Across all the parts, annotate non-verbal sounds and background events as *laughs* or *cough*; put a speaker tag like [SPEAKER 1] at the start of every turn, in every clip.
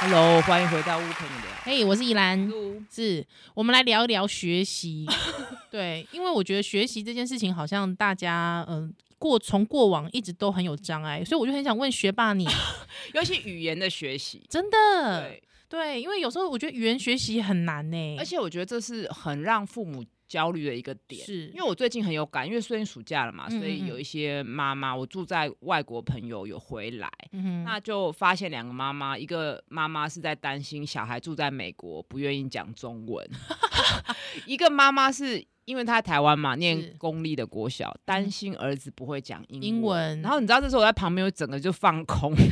[SPEAKER 1] Hello，欢迎回到屋陪你聊。
[SPEAKER 2] 嘿我是依兰，是我们来聊一聊学 *laughs* 习。对，因为我觉得学习这件事情好像大家嗯、过从过往一直都很有障碍，所以我就很想问学霸 *laughs* 你，
[SPEAKER 1] 尤其语言的学习，
[SPEAKER 2] 真的
[SPEAKER 1] 对，
[SPEAKER 2] 对，因为有时候我觉得语言学习很难呢、
[SPEAKER 1] 而且我觉得这是很让父母焦虑的一个点。
[SPEAKER 2] 是
[SPEAKER 1] 因为我最近很有感，因为最近暑假了嘛，
[SPEAKER 2] 嗯
[SPEAKER 1] 所以
[SPEAKER 2] 嗯嗯
[SPEAKER 1] 有一些妈妈，我住在外国朋友有回来，
[SPEAKER 2] 嗯哼
[SPEAKER 1] 那就发现两个妈妈，一个妈妈是在担心小孩住在美国不愿意讲中文， *laughs* 一个妈妈是因为她在台湾嘛，念
[SPEAKER 2] 是
[SPEAKER 1] 公立的国小，担心儿子不会讲嗯英
[SPEAKER 2] 英文，
[SPEAKER 1] 然后你知道这时候我在旁边，我整个就放空， *laughs*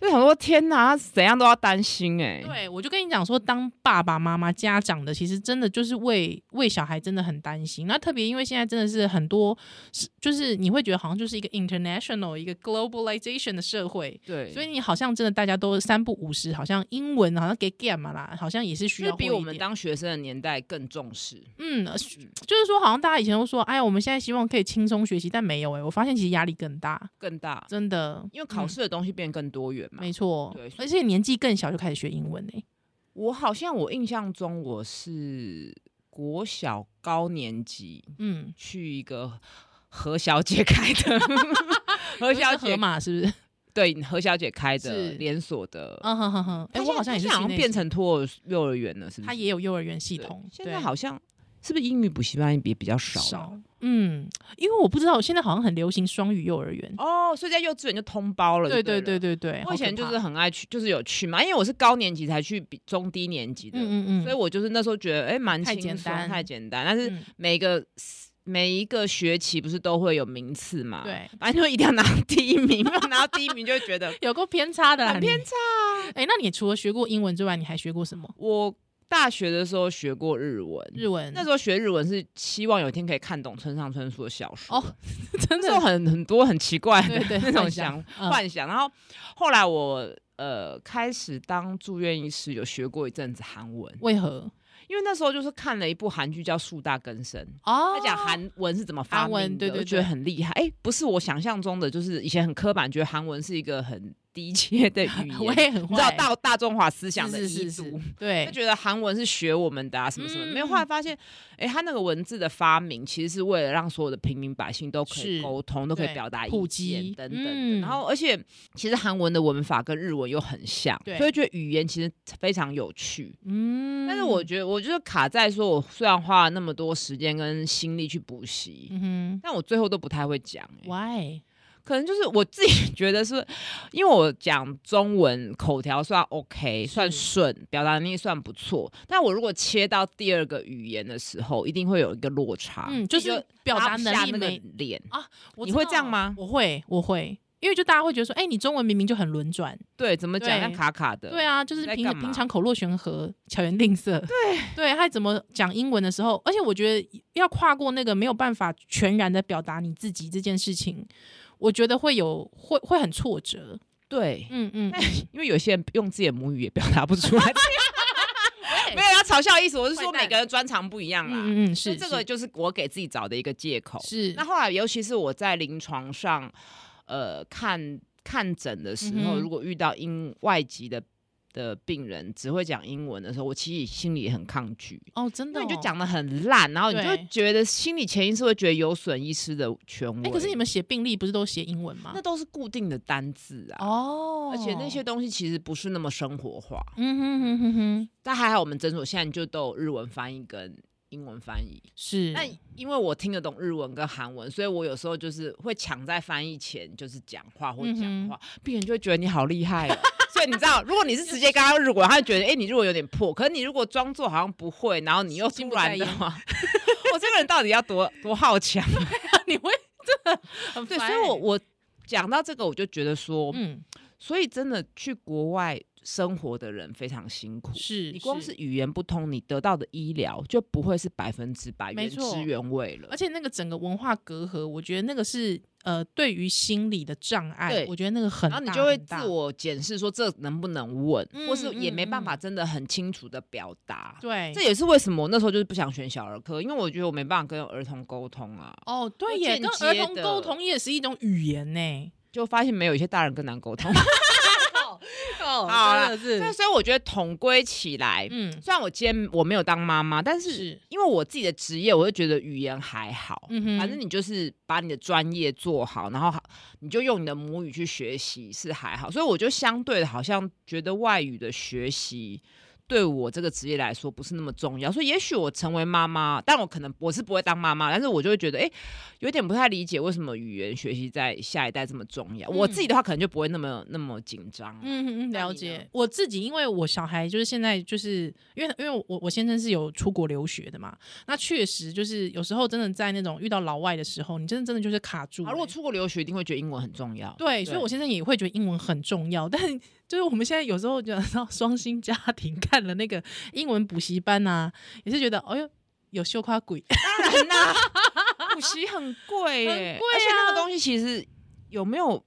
[SPEAKER 1] 就想说天哪，他怎样都要担心哎、
[SPEAKER 2] 对，我就跟你讲说，当爸爸妈妈、家长的，其实真的就是为为小孩真的很担心。那特别因为现在真的是很多，是就是你会觉得好像就是一个 international 一个 globalization 的社会，
[SPEAKER 1] 对
[SPEAKER 2] 所
[SPEAKER 1] 所
[SPEAKER 2] 以
[SPEAKER 1] 以
[SPEAKER 2] 你好像真的大家都三不五时，好像英文好像给 game 啦，好像也是需
[SPEAKER 1] 就是
[SPEAKER 2] 要
[SPEAKER 1] 比
[SPEAKER 2] 会
[SPEAKER 1] 我
[SPEAKER 2] 一
[SPEAKER 1] 们
[SPEAKER 2] 点
[SPEAKER 1] 当学生的年代更重视。
[SPEAKER 2] 嗯，呃就是说好像大家以前都说，哎呀，我们现在希望可以轻松学习，但没有哎、我发现其实压力更大，
[SPEAKER 1] 更大，
[SPEAKER 2] 真的，
[SPEAKER 1] 因为考
[SPEAKER 2] 嗯、
[SPEAKER 1] 试的东西变更多元嘛。
[SPEAKER 2] 没错
[SPEAKER 1] 对，
[SPEAKER 2] 而且年纪更小就开始学英文哎、
[SPEAKER 1] 我好像我印象中我是国小高年级
[SPEAKER 2] 嗯，
[SPEAKER 1] 去一个何小姐开 *laughs* 的，何
[SPEAKER 2] 而
[SPEAKER 1] 小姐
[SPEAKER 2] 河马是
[SPEAKER 1] *laughs*
[SPEAKER 2] 不是？
[SPEAKER 1] 对何小姐开的
[SPEAKER 2] 是
[SPEAKER 1] 连锁的。
[SPEAKER 2] 嗯哼哼哼，哎、
[SPEAKER 1] 哦她
[SPEAKER 2] 我
[SPEAKER 1] 现
[SPEAKER 2] 好像
[SPEAKER 1] 她
[SPEAKER 2] 也是
[SPEAKER 1] 现在好
[SPEAKER 2] 室
[SPEAKER 1] 像
[SPEAKER 2] 内
[SPEAKER 1] 变
[SPEAKER 2] 系，
[SPEAKER 1] 成托儿幼儿园了，是不是？
[SPEAKER 2] 他也有幼儿园系
[SPEAKER 1] 对
[SPEAKER 2] 统，
[SPEAKER 1] 现在
[SPEAKER 2] 对
[SPEAKER 1] 好像是不是英语补习班也比较少了？
[SPEAKER 2] 少，嗯，因为我不知道现在好像很流行双语幼儿园，
[SPEAKER 1] 哦，所以在幼稚园就通包了。
[SPEAKER 2] 对
[SPEAKER 1] 对
[SPEAKER 2] 对对
[SPEAKER 1] 了
[SPEAKER 2] 对对，
[SPEAKER 1] 我以前就
[SPEAKER 2] 好可
[SPEAKER 1] 是
[SPEAKER 2] 怕
[SPEAKER 1] 很爱去，就是有去嘛，因为我是高年级才去比中低年级的，
[SPEAKER 2] 嗯嗯嗯，
[SPEAKER 1] 所以我就是那时候觉得哎蛮
[SPEAKER 2] 太
[SPEAKER 1] 轻松
[SPEAKER 2] 简单
[SPEAKER 1] 太简单。但是
[SPEAKER 2] 嗯
[SPEAKER 1] 每个、每一个学期不是都会有名次嘛？，
[SPEAKER 2] 对
[SPEAKER 1] 反正就一定要拿到第一名，没有拿到第一名就会觉
[SPEAKER 2] *laughs*
[SPEAKER 1] 得
[SPEAKER 2] 有够偏差的啦，
[SPEAKER 1] 很偏
[SPEAKER 2] 差。哎、那你除了学过英文之外，你还学过什么？
[SPEAKER 1] 我大学的时候学过日文，
[SPEAKER 2] 日文？
[SPEAKER 1] 那时候学日文是希望有一天可以看懂村上春树的小说。
[SPEAKER 2] 哦，真
[SPEAKER 1] 那
[SPEAKER 2] 的
[SPEAKER 1] 时候很很多很奇怪的
[SPEAKER 2] 对
[SPEAKER 1] *laughs* 那
[SPEAKER 2] 对
[SPEAKER 1] 种
[SPEAKER 2] 幻
[SPEAKER 1] 想
[SPEAKER 2] 想嗯
[SPEAKER 1] 幻想，然后后来我呃开始当住院医师，有学过一阵子韩文，
[SPEAKER 2] 为何？
[SPEAKER 1] 因为那时候就是看了一部韩剧叫《树大根深》，
[SPEAKER 2] 哦
[SPEAKER 1] 他讲韩文是怎么发
[SPEAKER 2] 韩
[SPEAKER 1] 明的，
[SPEAKER 2] 文对对
[SPEAKER 1] 我
[SPEAKER 2] 对
[SPEAKER 1] 觉得很厉害。哎，不是我想象中的，就是以前很刻板，觉得韩文是一个很低阶的语
[SPEAKER 2] *laughs* 我
[SPEAKER 1] 言，
[SPEAKER 2] 也很
[SPEAKER 1] 你知道
[SPEAKER 2] 坏
[SPEAKER 1] 大大中华思想的
[SPEAKER 2] 是是
[SPEAKER 1] 遗
[SPEAKER 2] 是是
[SPEAKER 1] 族。，就
[SPEAKER 2] 对，
[SPEAKER 1] 觉得韩文是学我们的啊，什么什么，
[SPEAKER 2] 哎嗯
[SPEAKER 1] 没有。后来发现，哎、他那个文字的发明，其实是为了让所有的平民百姓都可以
[SPEAKER 2] 是
[SPEAKER 1] 沟通，都可以
[SPEAKER 2] 对
[SPEAKER 1] 表达意
[SPEAKER 2] 普
[SPEAKER 1] 见
[SPEAKER 2] 及
[SPEAKER 1] 等等的。
[SPEAKER 2] 嗯
[SPEAKER 1] 然后，而且其实韩文的文法跟日文又很像，
[SPEAKER 2] 对
[SPEAKER 1] 所以觉得语言其实非常有趣。
[SPEAKER 2] 嗯
[SPEAKER 1] 但是我，觉得，我就是卡在说，我虽然花了那么多时间跟心力去补习，
[SPEAKER 2] 嗯
[SPEAKER 1] 但我最后都不太会讲、哎
[SPEAKER 2] 哼
[SPEAKER 1] 诶
[SPEAKER 2] ，why？
[SPEAKER 1] 可能就是我自己觉得是，因为我讲中文口条算 OK，
[SPEAKER 2] 是
[SPEAKER 1] 算顺，表达能力算不错。但我如果切到第二个语言的时候，一定会有一个落差。
[SPEAKER 2] 嗯，就是表达能力
[SPEAKER 1] 那个
[SPEAKER 2] 没，
[SPEAKER 1] 脸，
[SPEAKER 2] 我
[SPEAKER 1] 你
[SPEAKER 2] 知
[SPEAKER 1] 会这样
[SPEAKER 2] 道啊
[SPEAKER 1] 吗
[SPEAKER 2] 我会，我会。因为就大家会觉得说，哎、你中文明明就很轮转，
[SPEAKER 1] 对，怎么讲
[SPEAKER 2] 对
[SPEAKER 1] 像卡卡的？
[SPEAKER 2] 对啊，就是
[SPEAKER 1] 在
[SPEAKER 2] 平
[SPEAKER 1] 干嘛
[SPEAKER 2] 平常口若悬河、巧言令色，对对，他怎么讲英文的时候，而且我觉得要跨过那个没有办法全然的表达你自己这件事情，我觉得会有会会很挫折，
[SPEAKER 1] 对，
[SPEAKER 2] 嗯嗯，
[SPEAKER 1] 因为有些人用自己的母语也表达不出
[SPEAKER 2] *laughs*
[SPEAKER 1] 来。没有要嘲笑的意思，我是说
[SPEAKER 2] 坏蛋
[SPEAKER 1] 每个人专长不一样啦。
[SPEAKER 2] 嗯嗯嗯，
[SPEAKER 1] 所以
[SPEAKER 2] 是
[SPEAKER 1] 这个就是我给自己找的一个借口。
[SPEAKER 2] 是
[SPEAKER 1] 那后来，尤其是我在临床上，呃，看看诊的时候，
[SPEAKER 2] 嗯哼
[SPEAKER 1] 如果遇到英外籍的的病人只会讲英文的时候，我其实心里也很抗拒。
[SPEAKER 2] 哦，真的、
[SPEAKER 1] 那
[SPEAKER 2] 哦，
[SPEAKER 1] 你就讲的很烂，然后你就
[SPEAKER 2] 对
[SPEAKER 1] 会觉得心里潜意识会觉得有损医师的权威。
[SPEAKER 2] 哎、可是你们写病历不是都写英文吗
[SPEAKER 1] 那？都是固定的单字啊，
[SPEAKER 2] 哦
[SPEAKER 1] 而且那些，东西其实不是那么生活化。
[SPEAKER 2] 嗯哼哼哼哼，
[SPEAKER 1] 但还好我们诊所现在就都有日文翻译跟英文翻译。
[SPEAKER 2] 是，
[SPEAKER 1] 那 *laughs* 因为我听得懂日文跟韩文，所以我有时候就是会抢在翻译前就是讲话
[SPEAKER 2] 嗯
[SPEAKER 1] 或讲话，病人就会觉得你好厉害、哦。 *laughs* 所以你知道，如果你是直接跟他用日文，他就觉得哎、诶你日文有点破。可是你如果装作好像不会，然后你又
[SPEAKER 2] 心
[SPEAKER 1] 突
[SPEAKER 2] 不
[SPEAKER 1] 然
[SPEAKER 2] 在
[SPEAKER 1] 的
[SPEAKER 2] 焉
[SPEAKER 1] 话，我这个人到底要多多好强？
[SPEAKER 2] 你会真的很
[SPEAKER 1] *laughs* 对，
[SPEAKER 2] 烦
[SPEAKER 1] 所以我
[SPEAKER 2] 欸
[SPEAKER 1] 我讲到这个，我就觉得说，
[SPEAKER 2] 嗯
[SPEAKER 1] 所以真的去国外生活的人非常辛苦。
[SPEAKER 2] 是，
[SPEAKER 1] 你光是语言不通，你得到的医疗就不会是百分之百
[SPEAKER 2] 没
[SPEAKER 1] 原
[SPEAKER 2] 错
[SPEAKER 1] 汁原味了
[SPEAKER 2] 而。且那个整个文化隔阂，我觉得那个是呃，对于心理的障
[SPEAKER 1] 对
[SPEAKER 2] 碍，我觉得那个很
[SPEAKER 1] 然
[SPEAKER 2] 大，
[SPEAKER 1] 后你就会
[SPEAKER 2] 很大
[SPEAKER 1] 自我检视说这能不能问，
[SPEAKER 2] 嗯
[SPEAKER 1] 或是也
[SPEAKER 2] 嗯
[SPEAKER 1] 没办法
[SPEAKER 2] 嗯
[SPEAKER 1] 真的很清楚的表达。
[SPEAKER 2] 对
[SPEAKER 1] 这也是为什么我那时候就是不想选小儿科，因为我觉得我没办法跟儿童沟通啊，
[SPEAKER 2] 哦，对
[SPEAKER 1] 又
[SPEAKER 2] 耶，
[SPEAKER 1] 间
[SPEAKER 2] 跟儿
[SPEAKER 1] 接
[SPEAKER 2] 童
[SPEAKER 1] 的 *laughs*
[SPEAKER 2] 沟通也是一种语言呢。 *laughs*
[SPEAKER 1] 就发现没有一些大人更难沟通。好
[SPEAKER 2] 哦，
[SPEAKER 1] 啦
[SPEAKER 2] 真的是，
[SPEAKER 1] 那所以我觉得统归起来，
[SPEAKER 2] 嗯
[SPEAKER 1] 虽然我今天我没有当妈妈，但是
[SPEAKER 2] 是
[SPEAKER 1] 因为我自己的职业，我就觉得语言还好。
[SPEAKER 2] 嗯哼，
[SPEAKER 1] 反正你就是把你的专业做好，然后好你就用你的母语去学习是还好，所以我就相对的好像觉得外语的学习对我这个职业来说不是那么重要，所以也许我成为妈妈，但我可能我是不会当妈妈，但是我就会觉得哎、诶有点不太理解为什么语言学习在下一代这么重要。我自己的话可能就不会那么那么紧张啊、
[SPEAKER 2] 嗯嗯，
[SPEAKER 1] 那
[SPEAKER 2] 了
[SPEAKER 1] 你呢
[SPEAKER 2] 解。我自己因为我小孩就是现在就是因为因为我我先生是有出国留学的嘛，那确实就是有时候真的在那种遇到老外的时候，你真的真的就是卡住、
[SPEAKER 1] 啊，如果
[SPEAKER 2] 欸
[SPEAKER 1] 出国留学，一定会觉得英文很重要。
[SPEAKER 2] 对，所以
[SPEAKER 1] 对
[SPEAKER 2] 我先生也会觉得英文很重要，但 *laughs* 就是 *laughs* 我们现在有时候讲到双薪家庭，看了那个英文补习班啊，也是觉得哎呦有羞夸鬼，
[SPEAKER 1] 当然啦、 *laughs* 补习啊很贵耶、
[SPEAKER 2] 很贵
[SPEAKER 1] 而且那
[SPEAKER 2] 啊
[SPEAKER 1] 个东西其实有没有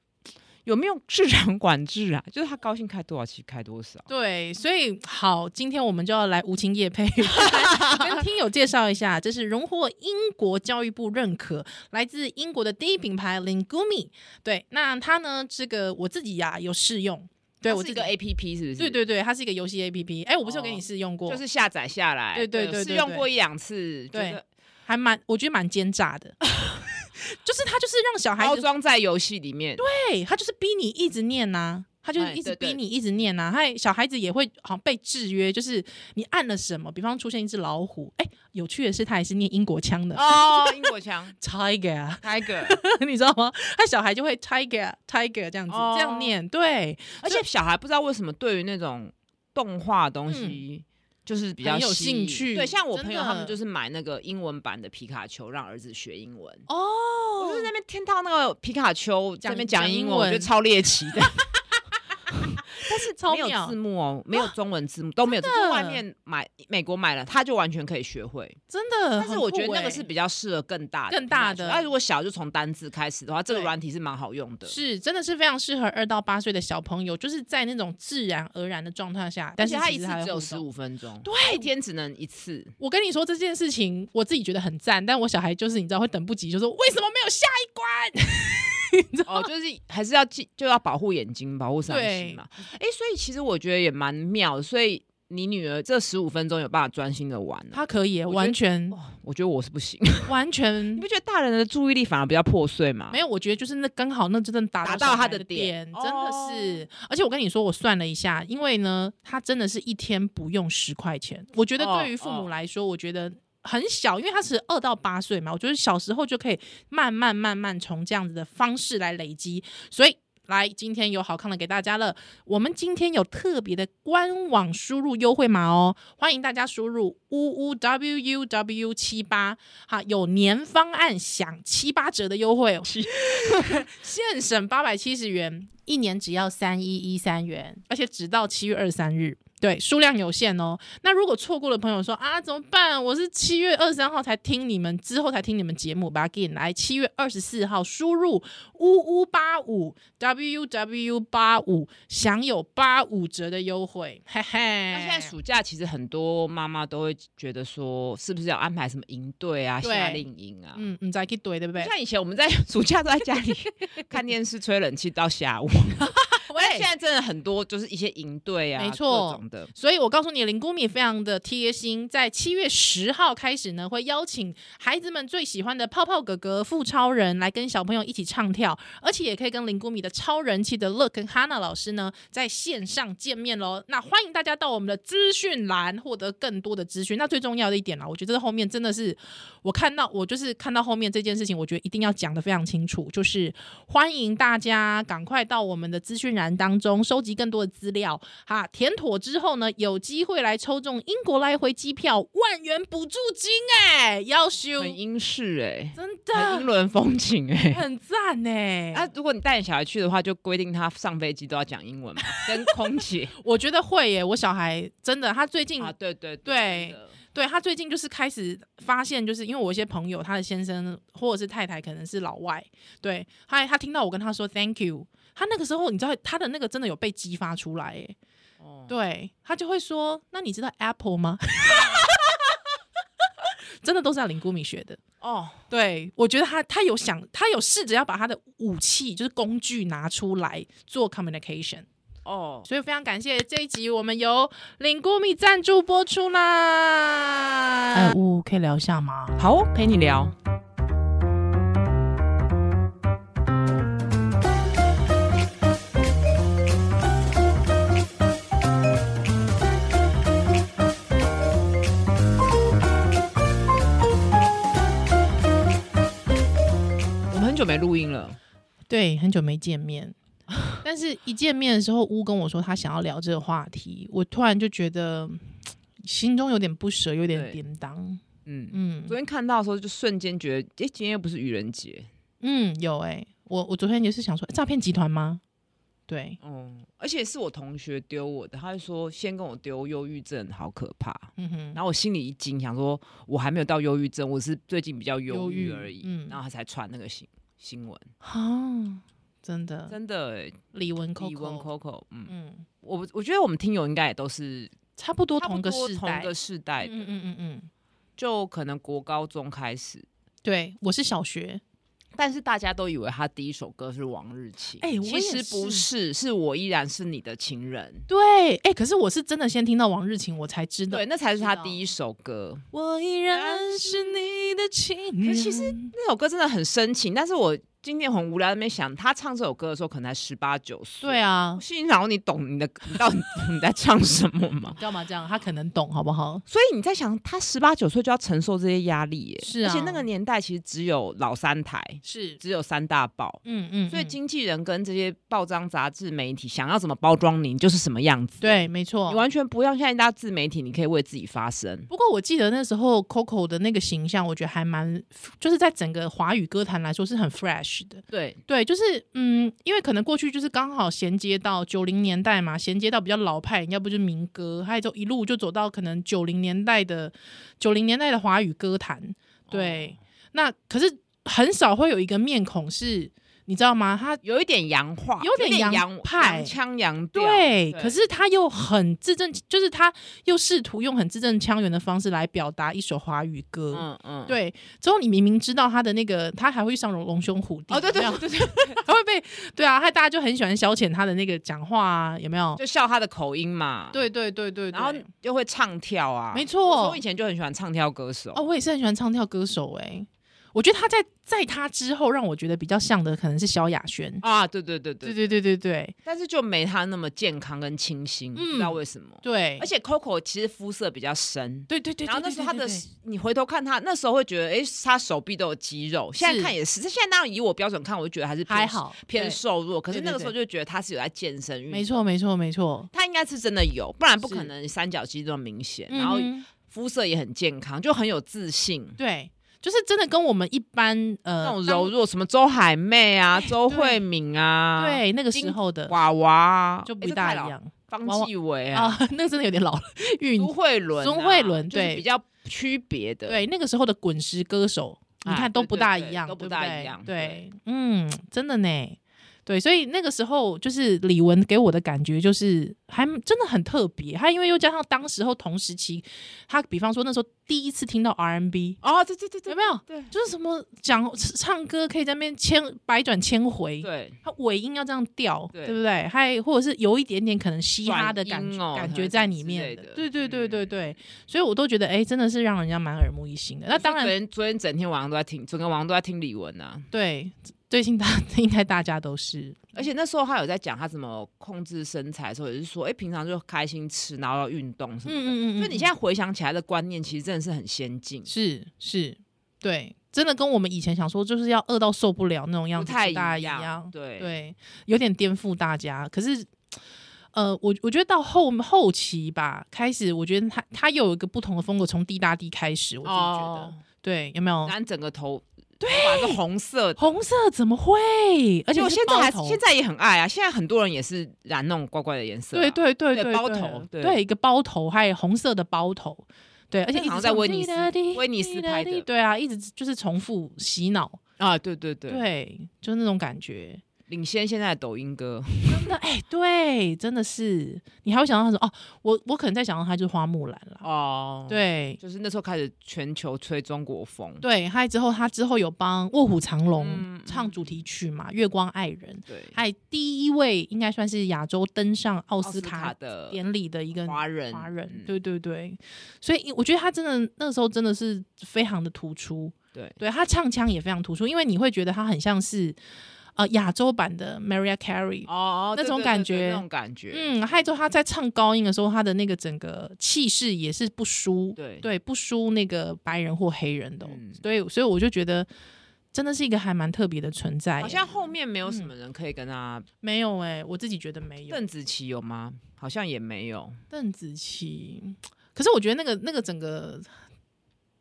[SPEAKER 1] 有没有市场管制啊？就是他高兴开多少期开多少。
[SPEAKER 2] 对，所以 *laughs* 好，今天我们就要来无情
[SPEAKER 1] *laughs*
[SPEAKER 2] 夜配，跟听友介绍一下，这是荣获英国教育部认可，来自英国的第一品牌 Lingumi。对，那它呢，这个我自己呀、有试用，对
[SPEAKER 1] 它
[SPEAKER 2] 我
[SPEAKER 1] 是
[SPEAKER 2] 自
[SPEAKER 1] 一
[SPEAKER 2] 己
[SPEAKER 1] 个，A P P 是不是？
[SPEAKER 2] 对，对对，它是一个游戏 A P P。哎，我不是有给
[SPEAKER 1] 哦
[SPEAKER 2] 你试用过，
[SPEAKER 1] 就是下载下来。呃
[SPEAKER 2] 对对对对
[SPEAKER 1] 试用
[SPEAKER 2] 对
[SPEAKER 1] 过一两次，觉
[SPEAKER 2] 对
[SPEAKER 1] 得
[SPEAKER 2] 还蛮，我觉得蛮奸诈的， *laughs* 就是它就是让小孩
[SPEAKER 1] 包
[SPEAKER 2] 子
[SPEAKER 1] 装在游戏里面。对，
[SPEAKER 2] 对他就是逼你一直念呐、他就是
[SPEAKER 1] 哎
[SPEAKER 2] 一直
[SPEAKER 1] 对对
[SPEAKER 2] 逼你一直念呐、还小孩子也会好像被制约，就是你按了什么，比方出现一只老虎，哎，有趣的是他也是念英国腔的、
[SPEAKER 1] 哦，英国 *laughs* 腔
[SPEAKER 2] tiger，啊 *laughs*
[SPEAKER 1] Tiger，
[SPEAKER 2] 你知道吗？他小孩就会 tiger tiger 这样子、
[SPEAKER 1] 哦
[SPEAKER 2] 这样念，对，
[SPEAKER 1] *laughs* 而且小孩不知道为什么对于那种动画东西。就是比较
[SPEAKER 2] 很有
[SPEAKER 1] 吸引
[SPEAKER 2] 兴趣
[SPEAKER 1] 对，像我
[SPEAKER 2] 真
[SPEAKER 1] 朋友他们
[SPEAKER 2] 的
[SPEAKER 1] 就是买那个英文版的皮卡丘，让儿子学英文。我就是
[SPEAKER 2] 哦
[SPEAKER 1] 在那边听到那个皮卡丘在那边
[SPEAKER 2] 讲
[SPEAKER 1] 讲英
[SPEAKER 2] 英
[SPEAKER 1] 文，我觉得
[SPEAKER 2] 文
[SPEAKER 1] 超猎奇
[SPEAKER 2] *laughs*
[SPEAKER 1] 的。但是
[SPEAKER 2] 超
[SPEAKER 1] 没有
[SPEAKER 2] 妙
[SPEAKER 1] 字幕哦，没有中文字幕，都没有。就
[SPEAKER 2] 真
[SPEAKER 1] 是外
[SPEAKER 2] 的
[SPEAKER 1] 面买美国买了，他就完全可以学会。
[SPEAKER 2] 真的，
[SPEAKER 1] 但是
[SPEAKER 2] 很
[SPEAKER 1] 我觉得
[SPEAKER 2] 酷
[SPEAKER 1] 那个
[SPEAKER 2] 哎
[SPEAKER 1] 是比较适合更大的
[SPEAKER 2] 更
[SPEAKER 1] 皮
[SPEAKER 2] 大
[SPEAKER 1] 卡丘
[SPEAKER 2] 的
[SPEAKER 1] 那如果小就从单字开始的话，这个
[SPEAKER 2] 对
[SPEAKER 1] 软体是蛮好用的。
[SPEAKER 2] 是真的是非常适合二到八岁的小朋友，就是在那种自然而然的状态下，但是
[SPEAKER 1] 而且它
[SPEAKER 2] 其
[SPEAKER 1] 一
[SPEAKER 2] 实
[SPEAKER 1] 次
[SPEAKER 2] 还
[SPEAKER 1] 只有
[SPEAKER 2] 有互
[SPEAKER 1] 十
[SPEAKER 2] 动
[SPEAKER 1] 五分钟，
[SPEAKER 2] 对
[SPEAKER 1] 一天只能一次。
[SPEAKER 2] 我跟你说这件事情，我自己觉得很赞，但我小孩就是你知道会等不及，就说为什么没有下一关？
[SPEAKER 1] 哦，就是还是要记，就要保护眼睛，保护伤
[SPEAKER 2] 对
[SPEAKER 1] 心嘛。哎、所以其实我觉得也蛮妙的，所以你女儿这十五分钟有办法专心的玩、哦。
[SPEAKER 2] 他可以耶
[SPEAKER 1] 我觉得
[SPEAKER 2] 完全
[SPEAKER 1] 哇，我觉得我是不行。
[SPEAKER 2] 哦完全
[SPEAKER 1] 你不觉得大人的注意力反而比较破碎吗？
[SPEAKER 2] 没有，我觉得就是那刚好那真的打
[SPEAKER 1] 打到
[SPEAKER 2] 到小
[SPEAKER 1] 他
[SPEAKER 2] 孩
[SPEAKER 1] 的
[SPEAKER 2] 的
[SPEAKER 1] 点哦
[SPEAKER 2] 真的是。而且我跟你说，我算了一下，因为呢，他真的是一天不用十块钱。我觉得
[SPEAKER 1] 哦
[SPEAKER 2] 对于父母
[SPEAKER 1] 哦
[SPEAKER 2] 来说，我觉得。很小，因为他是二到八岁嘛，我觉得小时候就可以慢慢慢慢从这样子的方式来累积，所以来今天有好看的给大家了。我们今天有特别的官网输入优惠码哦，欢迎大家输入 u u w u w 七八，好有年方案享七八折的优惠哦， *laughs* 现省八百七十元，一年只要三一一三元，而且直到七月二三日。对，数量有限哦。那如果错过的朋友说啊，怎么办？我是七月二十三号才听你们，之后才听你们节目，把它给你来。七月二十四号输入呜呜八五 w w 八五，享有八五折的优惠，嘿嘿。
[SPEAKER 1] 那
[SPEAKER 2] 那
[SPEAKER 1] 现在暑假其实很多妈妈都会觉得说，是不是要安排什么营队啊、
[SPEAKER 2] 对
[SPEAKER 1] 夏令营啊？
[SPEAKER 2] 嗯，嗯，再去对对 *laughs* 不对？
[SPEAKER 1] 像以前我们在 *laughs* 暑假都在家
[SPEAKER 2] *laughs*
[SPEAKER 1] 里看电视、吹冷气到下午，但现在真的很多就是一些营队啊，
[SPEAKER 2] 没错
[SPEAKER 1] 各种的。
[SPEAKER 2] 所以我告诉你，林姑米非常的贴心，在七月十号开始呢，会邀请孩子们最喜欢的泡泡哥哥、富超人来跟小朋友一起唱跳，而且也可以跟林姑米的超人气的 Look 跟 Hana 老师呢在线上见面喽。那欢迎大家到我们的资讯栏获得更多的资讯。那最重要的一点啦，我觉得后面真的是我看到我就是看到后面这件事情，我觉得一定要讲的非常清楚，就是欢迎大家赶快到我们的资讯栏当中收集更多的资料哈，填妥之后呢，有机会来抽中英国来回机票万元补助金哎、要
[SPEAKER 1] *laughs*
[SPEAKER 2] 修
[SPEAKER 1] 很英式哎、
[SPEAKER 2] 真
[SPEAKER 1] 很英
[SPEAKER 2] 的
[SPEAKER 1] 伦风情哎、
[SPEAKER 2] 很赞哎、
[SPEAKER 1] 啊，如果你带你小孩去的话，就规定他上飞机都要讲英文嘛，跟空
[SPEAKER 2] *laughs*
[SPEAKER 1] 姐
[SPEAKER 2] 我觉得会耶、我小孩真的他最近、
[SPEAKER 1] 啊，对对
[SPEAKER 2] 对
[SPEAKER 1] 真的
[SPEAKER 2] 对他最近就是开始发现，就是因为我一些朋友，他的先生或者是太太可能是老外，对，他他听到我跟他说 thank you，他那个时候你知道他的那个真的有被激发出来，哎，
[SPEAKER 1] 哦
[SPEAKER 2] 对他就会说，那你知道 apple 吗？ *laughs* 真的都是要林姑米学的，
[SPEAKER 1] 哦，
[SPEAKER 2] 对我觉得他他有想，他有试着要把他的武器就是工具拿出来做 communication，
[SPEAKER 1] 哦，
[SPEAKER 2] 所以非常感谢这一集我们由领姑米赞助播出啦。哎，呜，可以聊一下吗？
[SPEAKER 1] 好哦，陪你聊。我们很久没录音了，
[SPEAKER 2] 对，很久没见面， *laughs* 但是一见面的时候，乌跟我说他想要聊这个话题，我突然就觉得嘖心中有点不舍，有点
[SPEAKER 1] 对
[SPEAKER 2] 跌宕。
[SPEAKER 1] 嗯。
[SPEAKER 2] 嗯
[SPEAKER 1] 昨天看到的时候，就瞬间觉得，诶，今天又不是愚人节，
[SPEAKER 2] 嗯，有哎、我我昨天也是想说，欸诈骗集团吗？对，
[SPEAKER 1] 哦，而且是我同学丢我的，他就说先跟我丢忧郁症，好可怕。
[SPEAKER 2] 嗯哼，
[SPEAKER 1] 然后我心里一惊，想说我还没有到忧郁症，我是最近比较忧郁而已。
[SPEAKER 2] 忧郁嗯
[SPEAKER 1] 然后他才传那个新新闻，
[SPEAKER 2] 啊，真的，
[SPEAKER 1] 真的哎，
[SPEAKER 2] 李玟
[SPEAKER 1] 李玟
[SPEAKER 2] Coco，
[SPEAKER 1] Coco，嗯，
[SPEAKER 2] 嗯，
[SPEAKER 1] 我我觉得我们听友应该也都是
[SPEAKER 2] 差不多
[SPEAKER 1] 差不
[SPEAKER 2] 同个
[SPEAKER 1] 多
[SPEAKER 2] 世
[SPEAKER 1] 同
[SPEAKER 2] 代，
[SPEAKER 1] 个世代，
[SPEAKER 2] 嗯嗯嗯嗯，
[SPEAKER 1] 就可能国高中开始，
[SPEAKER 2] 对，我是小学，
[SPEAKER 1] 但是大家都以为他第一首歌是《王日晴》，
[SPEAKER 2] 哎我
[SPEAKER 1] 其
[SPEAKER 2] 也
[SPEAKER 1] 实不是，是我依然是你的情人，
[SPEAKER 2] 对，哎、可是我是真的先听到王日晴，我才知道
[SPEAKER 1] 对，，那才是
[SPEAKER 2] 知
[SPEAKER 1] 他
[SPEAKER 2] 道
[SPEAKER 1] 第一首歌。
[SPEAKER 2] 我依然是你的情人。
[SPEAKER 1] 可其实那首歌真的很深情，但是我今天很无聊，在那边想他唱这首歌的时候，可能才十八九岁，
[SPEAKER 2] 对啊
[SPEAKER 1] 我，心里想说，你懂
[SPEAKER 2] *laughs*
[SPEAKER 1] 你的，你到底你在唱什么吗？
[SPEAKER 2] 干嘛这样？他可能懂，好不好？
[SPEAKER 1] 所以你在想，他十八九岁就要承受这些压力耶，
[SPEAKER 2] 是啊
[SPEAKER 1] 而且那个年代其实只有老三台，
[SPEAKER 2] 是，
[SPEAKER 1] 只有三大报。
[SPEAKER 2] 嗯嗯，
[SPEAKER 1] 所以
[SPEAKER 2] 嗯
[SPEAKER 1] 经纪人跟这些报章、杂志、媒体想要怎么包装你，你就是什么样子。
[SPEAKER 2] 对，没
[SPEAKER 1] 你
[SPEAKER 2] 错。
[SPEAKER 1] 完全不像现在大家自媒体，你可以为自己发声。
[SPEAKER 2] 不过我记得那时候 Coco 的那个形象，我觉得还蛮，就是在整个华语歌坛来说是很 fresh 的。
[SPEAKER 1] 对，
[SPEAKER 2] 对，就是嗯，因为可能过去就是刚好衔接到九零年代嘛，衔接到比较老派，要不就是民歌，还有就一路就走到可能九零年代的九零年代的华语歌坛。
[SPEAKER 1] 哦
[SPEAKER 2] 对，那可是很少会有一个面孔是，你知道吗？他
[SPEAKER 1] 有一点洋化，
[SPEAKER 2] 有点洋
[SPEAKER 1] 洋
[SPEAKER 2] 派
[SPEAKER 1] 洋腔洋调。
[SPEAKER 2] 对，
[SPEAKER 1] 对
[SPEAKER 2] 可是他又很字正，就是他又试图用很字正腔圆的方式来表达一首华语歌。
[SPEAKER 1] 嗯嗯，
[SPEAKER 2] 对，之后你明明知道他的那个，他还会上龙龙兄虎弟
[SPEAKER 1] 哦，对对
[SPEAKER 2] 有没有
[SPEAKER 1] 对对， *laughs* 对
[SPEAKER 2] *laughs* 他会被对啊，害大家就很喜欢消遣他的那个讲话啊，有没有？
[SPEAKER 1] 就笑他的口音嘛。
[SPEAKER 2] 对对对对，
[SPEAKER 1] 啊然后
[SPEAKER 2] 对
[SPEAKER 1] 又会唱跳啊，
[SPEAKER 2] 没错
[SPEAKER 1] 我以前就很喜欢唱跳歌手。
[SPEAKER 2] 哦，我也是很喜欢唱跳歌手哎、我觉得他在在他之后让我觉得比较像的可能是萧亚轩，
[SPEAKER 1] 啊，对对对对，
[SPEAKER 2] 对对对对对
[SPEAKER 1] 但是就没他那么健康跟清新，不知道为什么。
[SPEAKER 2] 嗯对，
[SPEAKER 1] 而且 Coco 其实肤色比较深，
[SPEAKER 2] 对对对，
[SPEAKER 1] 然后那
[SPEAKER 2] 对
[SPEAKER 1] 时候他
[SPEAKER 2] 对
[SPEAKER 1] 的
[SPEAKER 2] 对，
[SPEAKER 1] 你回头看他那时候会觉得，哎，他手臂都有肌肉，现在看也是。现在当然以我标准看，我就觉得还是
[SPEAKER 2] 对
[SPEAKER 1] 偏
[SPEAKER 2] 还好
[SPEAKER 1] 偏，瘦弱，可是
[SPEAKER 2] 对对
[SPEAKER 1] 那个时候就觉得他是有在健身
[SPEAKER 2] 对
[SPEAKER 1] 运
[SPEAKER 2] 没
[SPEAKER 1] 动。
[SPEAKER 2] 错没错没错，
[SPEAKER 1] 他应该是真的有，不然不
[SPEAKER 2] 是
[SPEAKER 1] 可能三角肌这么明显，然后
[SPEAKER 2] 嗯哼
[SPEAKER 1] 肤色也很健康，就很有自信。
[SPEAKER 2] 对，就是真的跟我们一般呃
[SPEAKER 1] 那种
[SPEAKER 2] 当
[SPEAKER 1] 柔弱，什么周海媚啊、
[SPEAKER 2] 哎
[SPEAKER 1] 周慧敏啊，
[SPEAKER 2] 对那个时
[SPEAKER 1] 金
[SPEAKER 2] 候的
[SPEAKER 1] 娃娃啊
[SPEAKER 2] 就
[SPEAKER 1] 诶
[SPEAKER 2] 不
[SPEAKER 1] 这
[SPEAKER 2] 大
[SPEAKER 1] 太
[SPEAKER 2] 一
[SPEAKER 1] 老
[SPEAKER 2] 样
[SPEAKER 1] 方继伟啊，
[SPEAKER 2] 啊， *laughs* 那个真的有点老了，韵
[SPEAKER 1] 苏慧伦啊，
[SPEAKER 2] 苏慧伦
[SPEAKER 1] 就是
[SPEAKER 2] 对
[SPEAKER 1] 比较区别的，，
[SPEAKER 2] 对，那个时候的滚石歌手，你
[SPEAKER 1] 哎
[SPEAKER 2] 看都
[SPEAKER 1] 对
[SPEAKER 2] 不
[SPEAKER 1] 对
[SPEAKER 2] 大
[SPEAKER 1] 对
[SPEAKER 2] 一样，
[SPEAKER 1] 都不
[SPEAKER 2] 对
[SPEAKER 1] 大一
[SPEAKER 2] 对
[SPEAKER 1] 样
[SPEAKER 2] 对，嗯，真的呢。对，所以那个时候就是李玟给我的感觉就是还真的很特别。他因为又加上当时候同时期，他比方说那时候第一次听到 R&B，
[SPEAKER 1] 哦，对对对
[SPEAKER 2] 有
[SPEAKER 1] 对
[SPEAKER 2] 没有？
[SPEAKER 1] 对
[SPEAKER 2] 就是什么讲唱歌可以在那边千百转千回，
[SPEAKER 1] 对，
[SPEAKER 2] 它尾音要这样调，对
[SPEAKER 1] 对
[SPEAKER 2] 不对？还或者是有一点点可能嘻哈的感
[SPEAKER 1] 转
[SPEAKER 2] 觉、
[SPEAKER 1] 音哦
[SPEAKER 2] 感觉在里
[SPEAKER 1] 之
[SPEAKER 2] 面
[SPEAKER 1] 类
[SPEAKER 2] 的，
[SPEAKER 1] 的
[SPEAKER 2] 对对对对
[SPEAKER 1] 嗯
[SPEAKER 2] 对，所以我都觉得哎，真的是让人家蛮耳目一新的。那当然嗯
[SPEAKER 1] 昨，天昨天整天晚上都在听，整个晚上都在听李玟啊，
[SPEAKER 2] 对最近大 *laughs* 应该大家都是，
[SPEAKER 1] 而且那时候他有在讲他怎么控制身材的时候，也是说，哎，平常就开心吃，然后要运动什么的。
[SPEAKER 2] 嗯
[SPEAKER 1] 所以你现在回想起来的观念，其实真的是很先进，
[SPEAKER 2] 是是，对，真的跟我们以前想说就是要饿到受不了那种样
[SPEAKER 1] 不
[SPEAKER 2] 子
[SPEAKER 1] 太
[SPEAKER 2] 不大一啊
[SPEAKER 1] 样。对
[SPEAKER 2] 对，有点颠覆大家。可是，呃，我我觉得到后后期吧，开始我觉得他他又有一个不同的风格，从滴答滴开始，我自己觉得，
[SPEAKER 1] 哦
[SPEAKER 2] 对，有没有？
[SPEAKER 1] 然后整个头头发是红色的。
[SPEAKER 2] 红色怎么会？而
[SPEAKER 1] 而
[SPEAKER 2] 且
[SPEAKER 1] 我
[SPEAKER 2] 是
[SPEAKER 1] 现在还
[SPEAKER 2] 包头
[SPEAKER 1] 现在也很爱啊，现在很多人也是染那种怪怪的颜色啊、
[SPEAKER 2] 对对对
[SPEAKER 1] 对
[SPEAKER 2] 对
[SPEAKER 1] 包
[SPEAKER 2] 对
[SPEAKER 1] 头
[SPEAKER 2] 对
[SPEAKER 1] 对
[SPEAKER 2] 一个包头，还有红色的包头，对，而且
[SPEAKER 1] 那
[SPEAKER 2] 一直
[SPEAKER 1] 好像在
[SPEAKER 2] 唱
[SPEAKER 1] 威尼
[SPEAKER 2] 滴
[SPEAKER 1] 斯
[SPEAKER 2] 答滴
[SPEAKER 1] 威尼斯
[SPEAKER 2] 滴答
[SPEAKER 1] 拍
[SPEAKER 2] 滴
[SPEAKER 1] 的
[SPEAKER 2] 对啊，一直就是重复洗脑，
[SPEAKER 1] 啊，对对对，
[SPEAKER 2] 对，就是那种感觉。
[SPEAKER 1] 领先现在的抖音歌，
[SPEAKER 2] 真的哎、对，真的是，你还会想到他说哦，我我可能在想到他就是花木兰啦，
[SPEAKER 1] 哦，，
[SPEAKER 2] 对
[SPEAKER 1] 就是那时候开始全球吹中国风，
[SPEAKER 2] 对，还有之后他之后有帮《卧虎藏龙
[SPEAKER 1] 嗯嗯》
[SPEAKER 2] 唱主题曲嘛，月光爱人》，
[SPEAKER 1] 对，
[SPEAKER 2] 还第一位应该算是亚洲登上奥
[SPEAKER 1] 奥
[SPEAKER 2] 斯
[SPEAKER 1] 卡
[SPEAKER 2] 卡
[SPEAKER 1] 的
[SPEAKER 2] 典礼的一个
[SPEAKER 1] 华人，
[SPEAKER 2] 华人，
[SPEAKER 1] 嗯
[SPEAKER 2] 对对对，所以我觉得他真的那时候真的是非常的突出，
[SPEAKER 1] 对，
[SPEAKER 2] 对他唱腔也非常突出，因为你会觉得他很像是呃亚洲版的 Mariah Carey，、
[SPEAKER 1] 哦，
[SPEAKER 2] 那
[SPEAKER 1] 对
[SPEAKER 2] 种
[SPEAKER 1] 对对
[SPEAKER 2] 感
[SPEAKER 1] 对
[SPEAKER 2] 觉
[SPEAKER 1] 那种感觉，
[SPEAKER 2] 嗯，还有之后他在唱高音的时候，他的那个整个气势也是不输，
[SPEAKER 1] 对，
[SPEAKER 2] 不输那个白人或黑人的哦、
[SPEAKER 1] 嗯
[SPEAKER 2] 所以所以我就觉得真的是一个还蛮特别的存在耶，
[SPEAKER 1] 好像后面没有什么人可以跟他。
[SPEAKER 2] 没有哎、我自己觉得没嗯有，
[SPEAKER 1] 邓紫棋有吗？好像也没有。
[SPEAKER 2] 邓紫棋，可是我觉得那个那个整个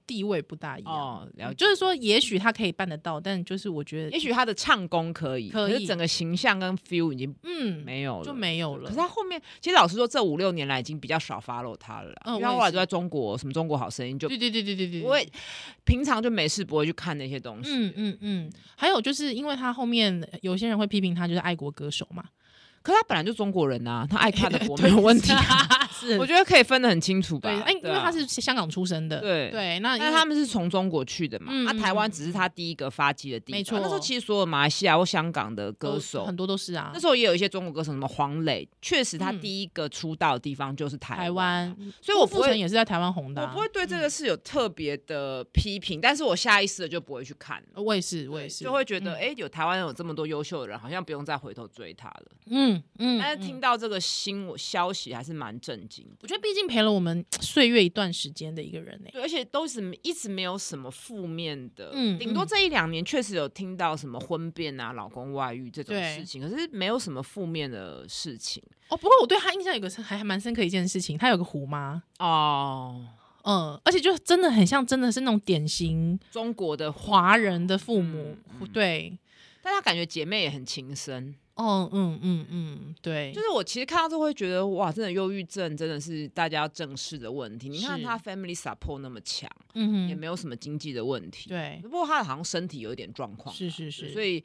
[SPEAKER 2] 地位不大一样。嗯
[SPEAKER 1] 哦，了解。
[SPEAKER 2] 就是说，也许他可以办得到，但就是我觉
[SPEAKER 1] 也
[SPEAKER 2] 得，
[SPEAKER 1] 许他的唱功可以，
[SPEAKER 2] 可以
[SPEAKER 1] 是整个形象跟 feel 已经
[SPEAKER 2] 嗯，
[SPEAKER 1] 没有了，
[SPEAKER 2] 就没有了
[SPEAKER 1] 可是。他后面，其实老实说，这五六年来已经比较少 follow 他了啦，
[SPEAKER 2] 嗯
[SPEAKER 1] 因为他
[SPEAKER 2] 我也
[SPEAKER 1] 后来
[SPEAKER 2] 是
[SPEAKER 1] 就在中国，什么中国好声音就
[SPEAKER 2] 对对对对对对，对
[SPEAKER 1] 不会，平常就没事不会去看那些东西。
[SPEAKER 2] 嗯嗯嗯，还有就是因为他后面有些人会批评他就是爱国歌手嘛，
[SPEAKER 1] 可是他本来就中国人
[SPEAKER 2] *laughs*
[SPEAKER 1] 啊，他爱看的国没有问题啊，*laughs*
[SPEAKER 2] 是，
[SPEAKER 1] 我觉得可以分得很清楚吧。
[SPEAKER 2] 对，哎，因
[SPEAKER 1] 对
[SPEAKER 2] 为
[SPEAKER 1] 啊
[SPEAKER 2] 他是香港出生的，
[SPEAKER 1] 对
[SPEAKER 2] 对，那
[SPEAKER 1] 但
[SPEAKER 2] 因为
[SPEAKER 1] 是他们是从中国去的嘛，
[SPEAKER 2] 嗯
[SPEAKER 1] 那、
[SPEAKER 2] 嗯
[SPEAKER 1] 台湾
[SPEAKER 2] 嗯
[SPEAKER 1] 只是他第一个发迹的地方。
[SPEAKER 2] 没错
[SPEAKER 1] 那时候其实所有马来西亚或香港的歌
[SPEAKER 2] 都
[SPEAKER 1] 手
[SPEAKER 2] 很，多都是啊
[SPEAKER 1] 那，时候也有一些中国歌手，什么黄磊，确实他
[SPEAKER 2] 嗯
[SPEAKER 1] 第一个出道的地方就是台
[SPEAKER 2] 台湾，嗯
[SPEAKER 1] 所以我不
[SPEAKER 2] 傅
[SPEAKER 1] 会
[SPEAKER 2] 成也是在台湾红的
[SPEAKER 1] 我
[SPEAKER 2] 啊，
[SPEAKER 1] 不会对这个是有特别的批评，但是我下意识的就不会去看了，
[SPEAKER 2] 我也是，我也是，
[SPEAKER 1] 就会觉得，
[SPEAKER 2] 嗯
[SPEAKER 1] 哎、有台湾有这么多优秀的人，好像不用再回头追他了。
[SPEAKER 2] 嗯嗯，
[SPEAKER 1] 但是
[SPEAKER 2] 嗯
[SPEAKER 1] 听到这个新闻消息，还是蛮震惊的。
[SPEAKER 2] 我觉得毕竟陪了我们岁月一段时间的一个人欸呢，
[SPEAKER 1] 对，而且都是一直没有什么负面的，
[SPEAKER 2] 嗯
[SPEAKER 1] 顶多
[SPEAKER 2] 嗯
[SPEAKER 1] 这一两年确实有听到什么婚变啊、老公外遇这种
[SPEAKER 2] 对
[SPEAKER 1] 事情，可是没有什么负面的事情
[SPEAKER 2] 哦，不过我对他印象有个深还还蛮深刻一件事情，他有个虎妈。
[SPEAKER 1] 哦。
[SPEAKER 2] 嗯，而且就真的很像，真的是那种典型
[SPEAKER 1] 中国的话，
[SPEAKER 2] 华人的父母，
[SPEAKER 1] 嗯嗯
[SPEAKER 2] 对，
[SPEAKER 1] 但她感觉姐妹也很情深，
[SPEAKER 2] 哦，嗯嗯嗯，对，
[SPEAKER 1] 就是我其实看到这会觉得哇，真的忧郁症真的是大家要正视的问题。你看
[SPEAKER 2] 是
[SPEAKER 1] 她 family support 那么强，
[SPEAKER 2] 嗯
[SPEAKER 1] 也
[SPEAKER 2] 哼，
[SPEAKER 1] 没有什么经济的问题，，
[SPEAKER 2] 对，
[SPEAKER 1] 不过她好像身体有一点状况，啊
[SPEAKER 2] 是是
[SPEAKER 1] 对
[SPEAKER 2] 是，
[SPEAKER 1] 所以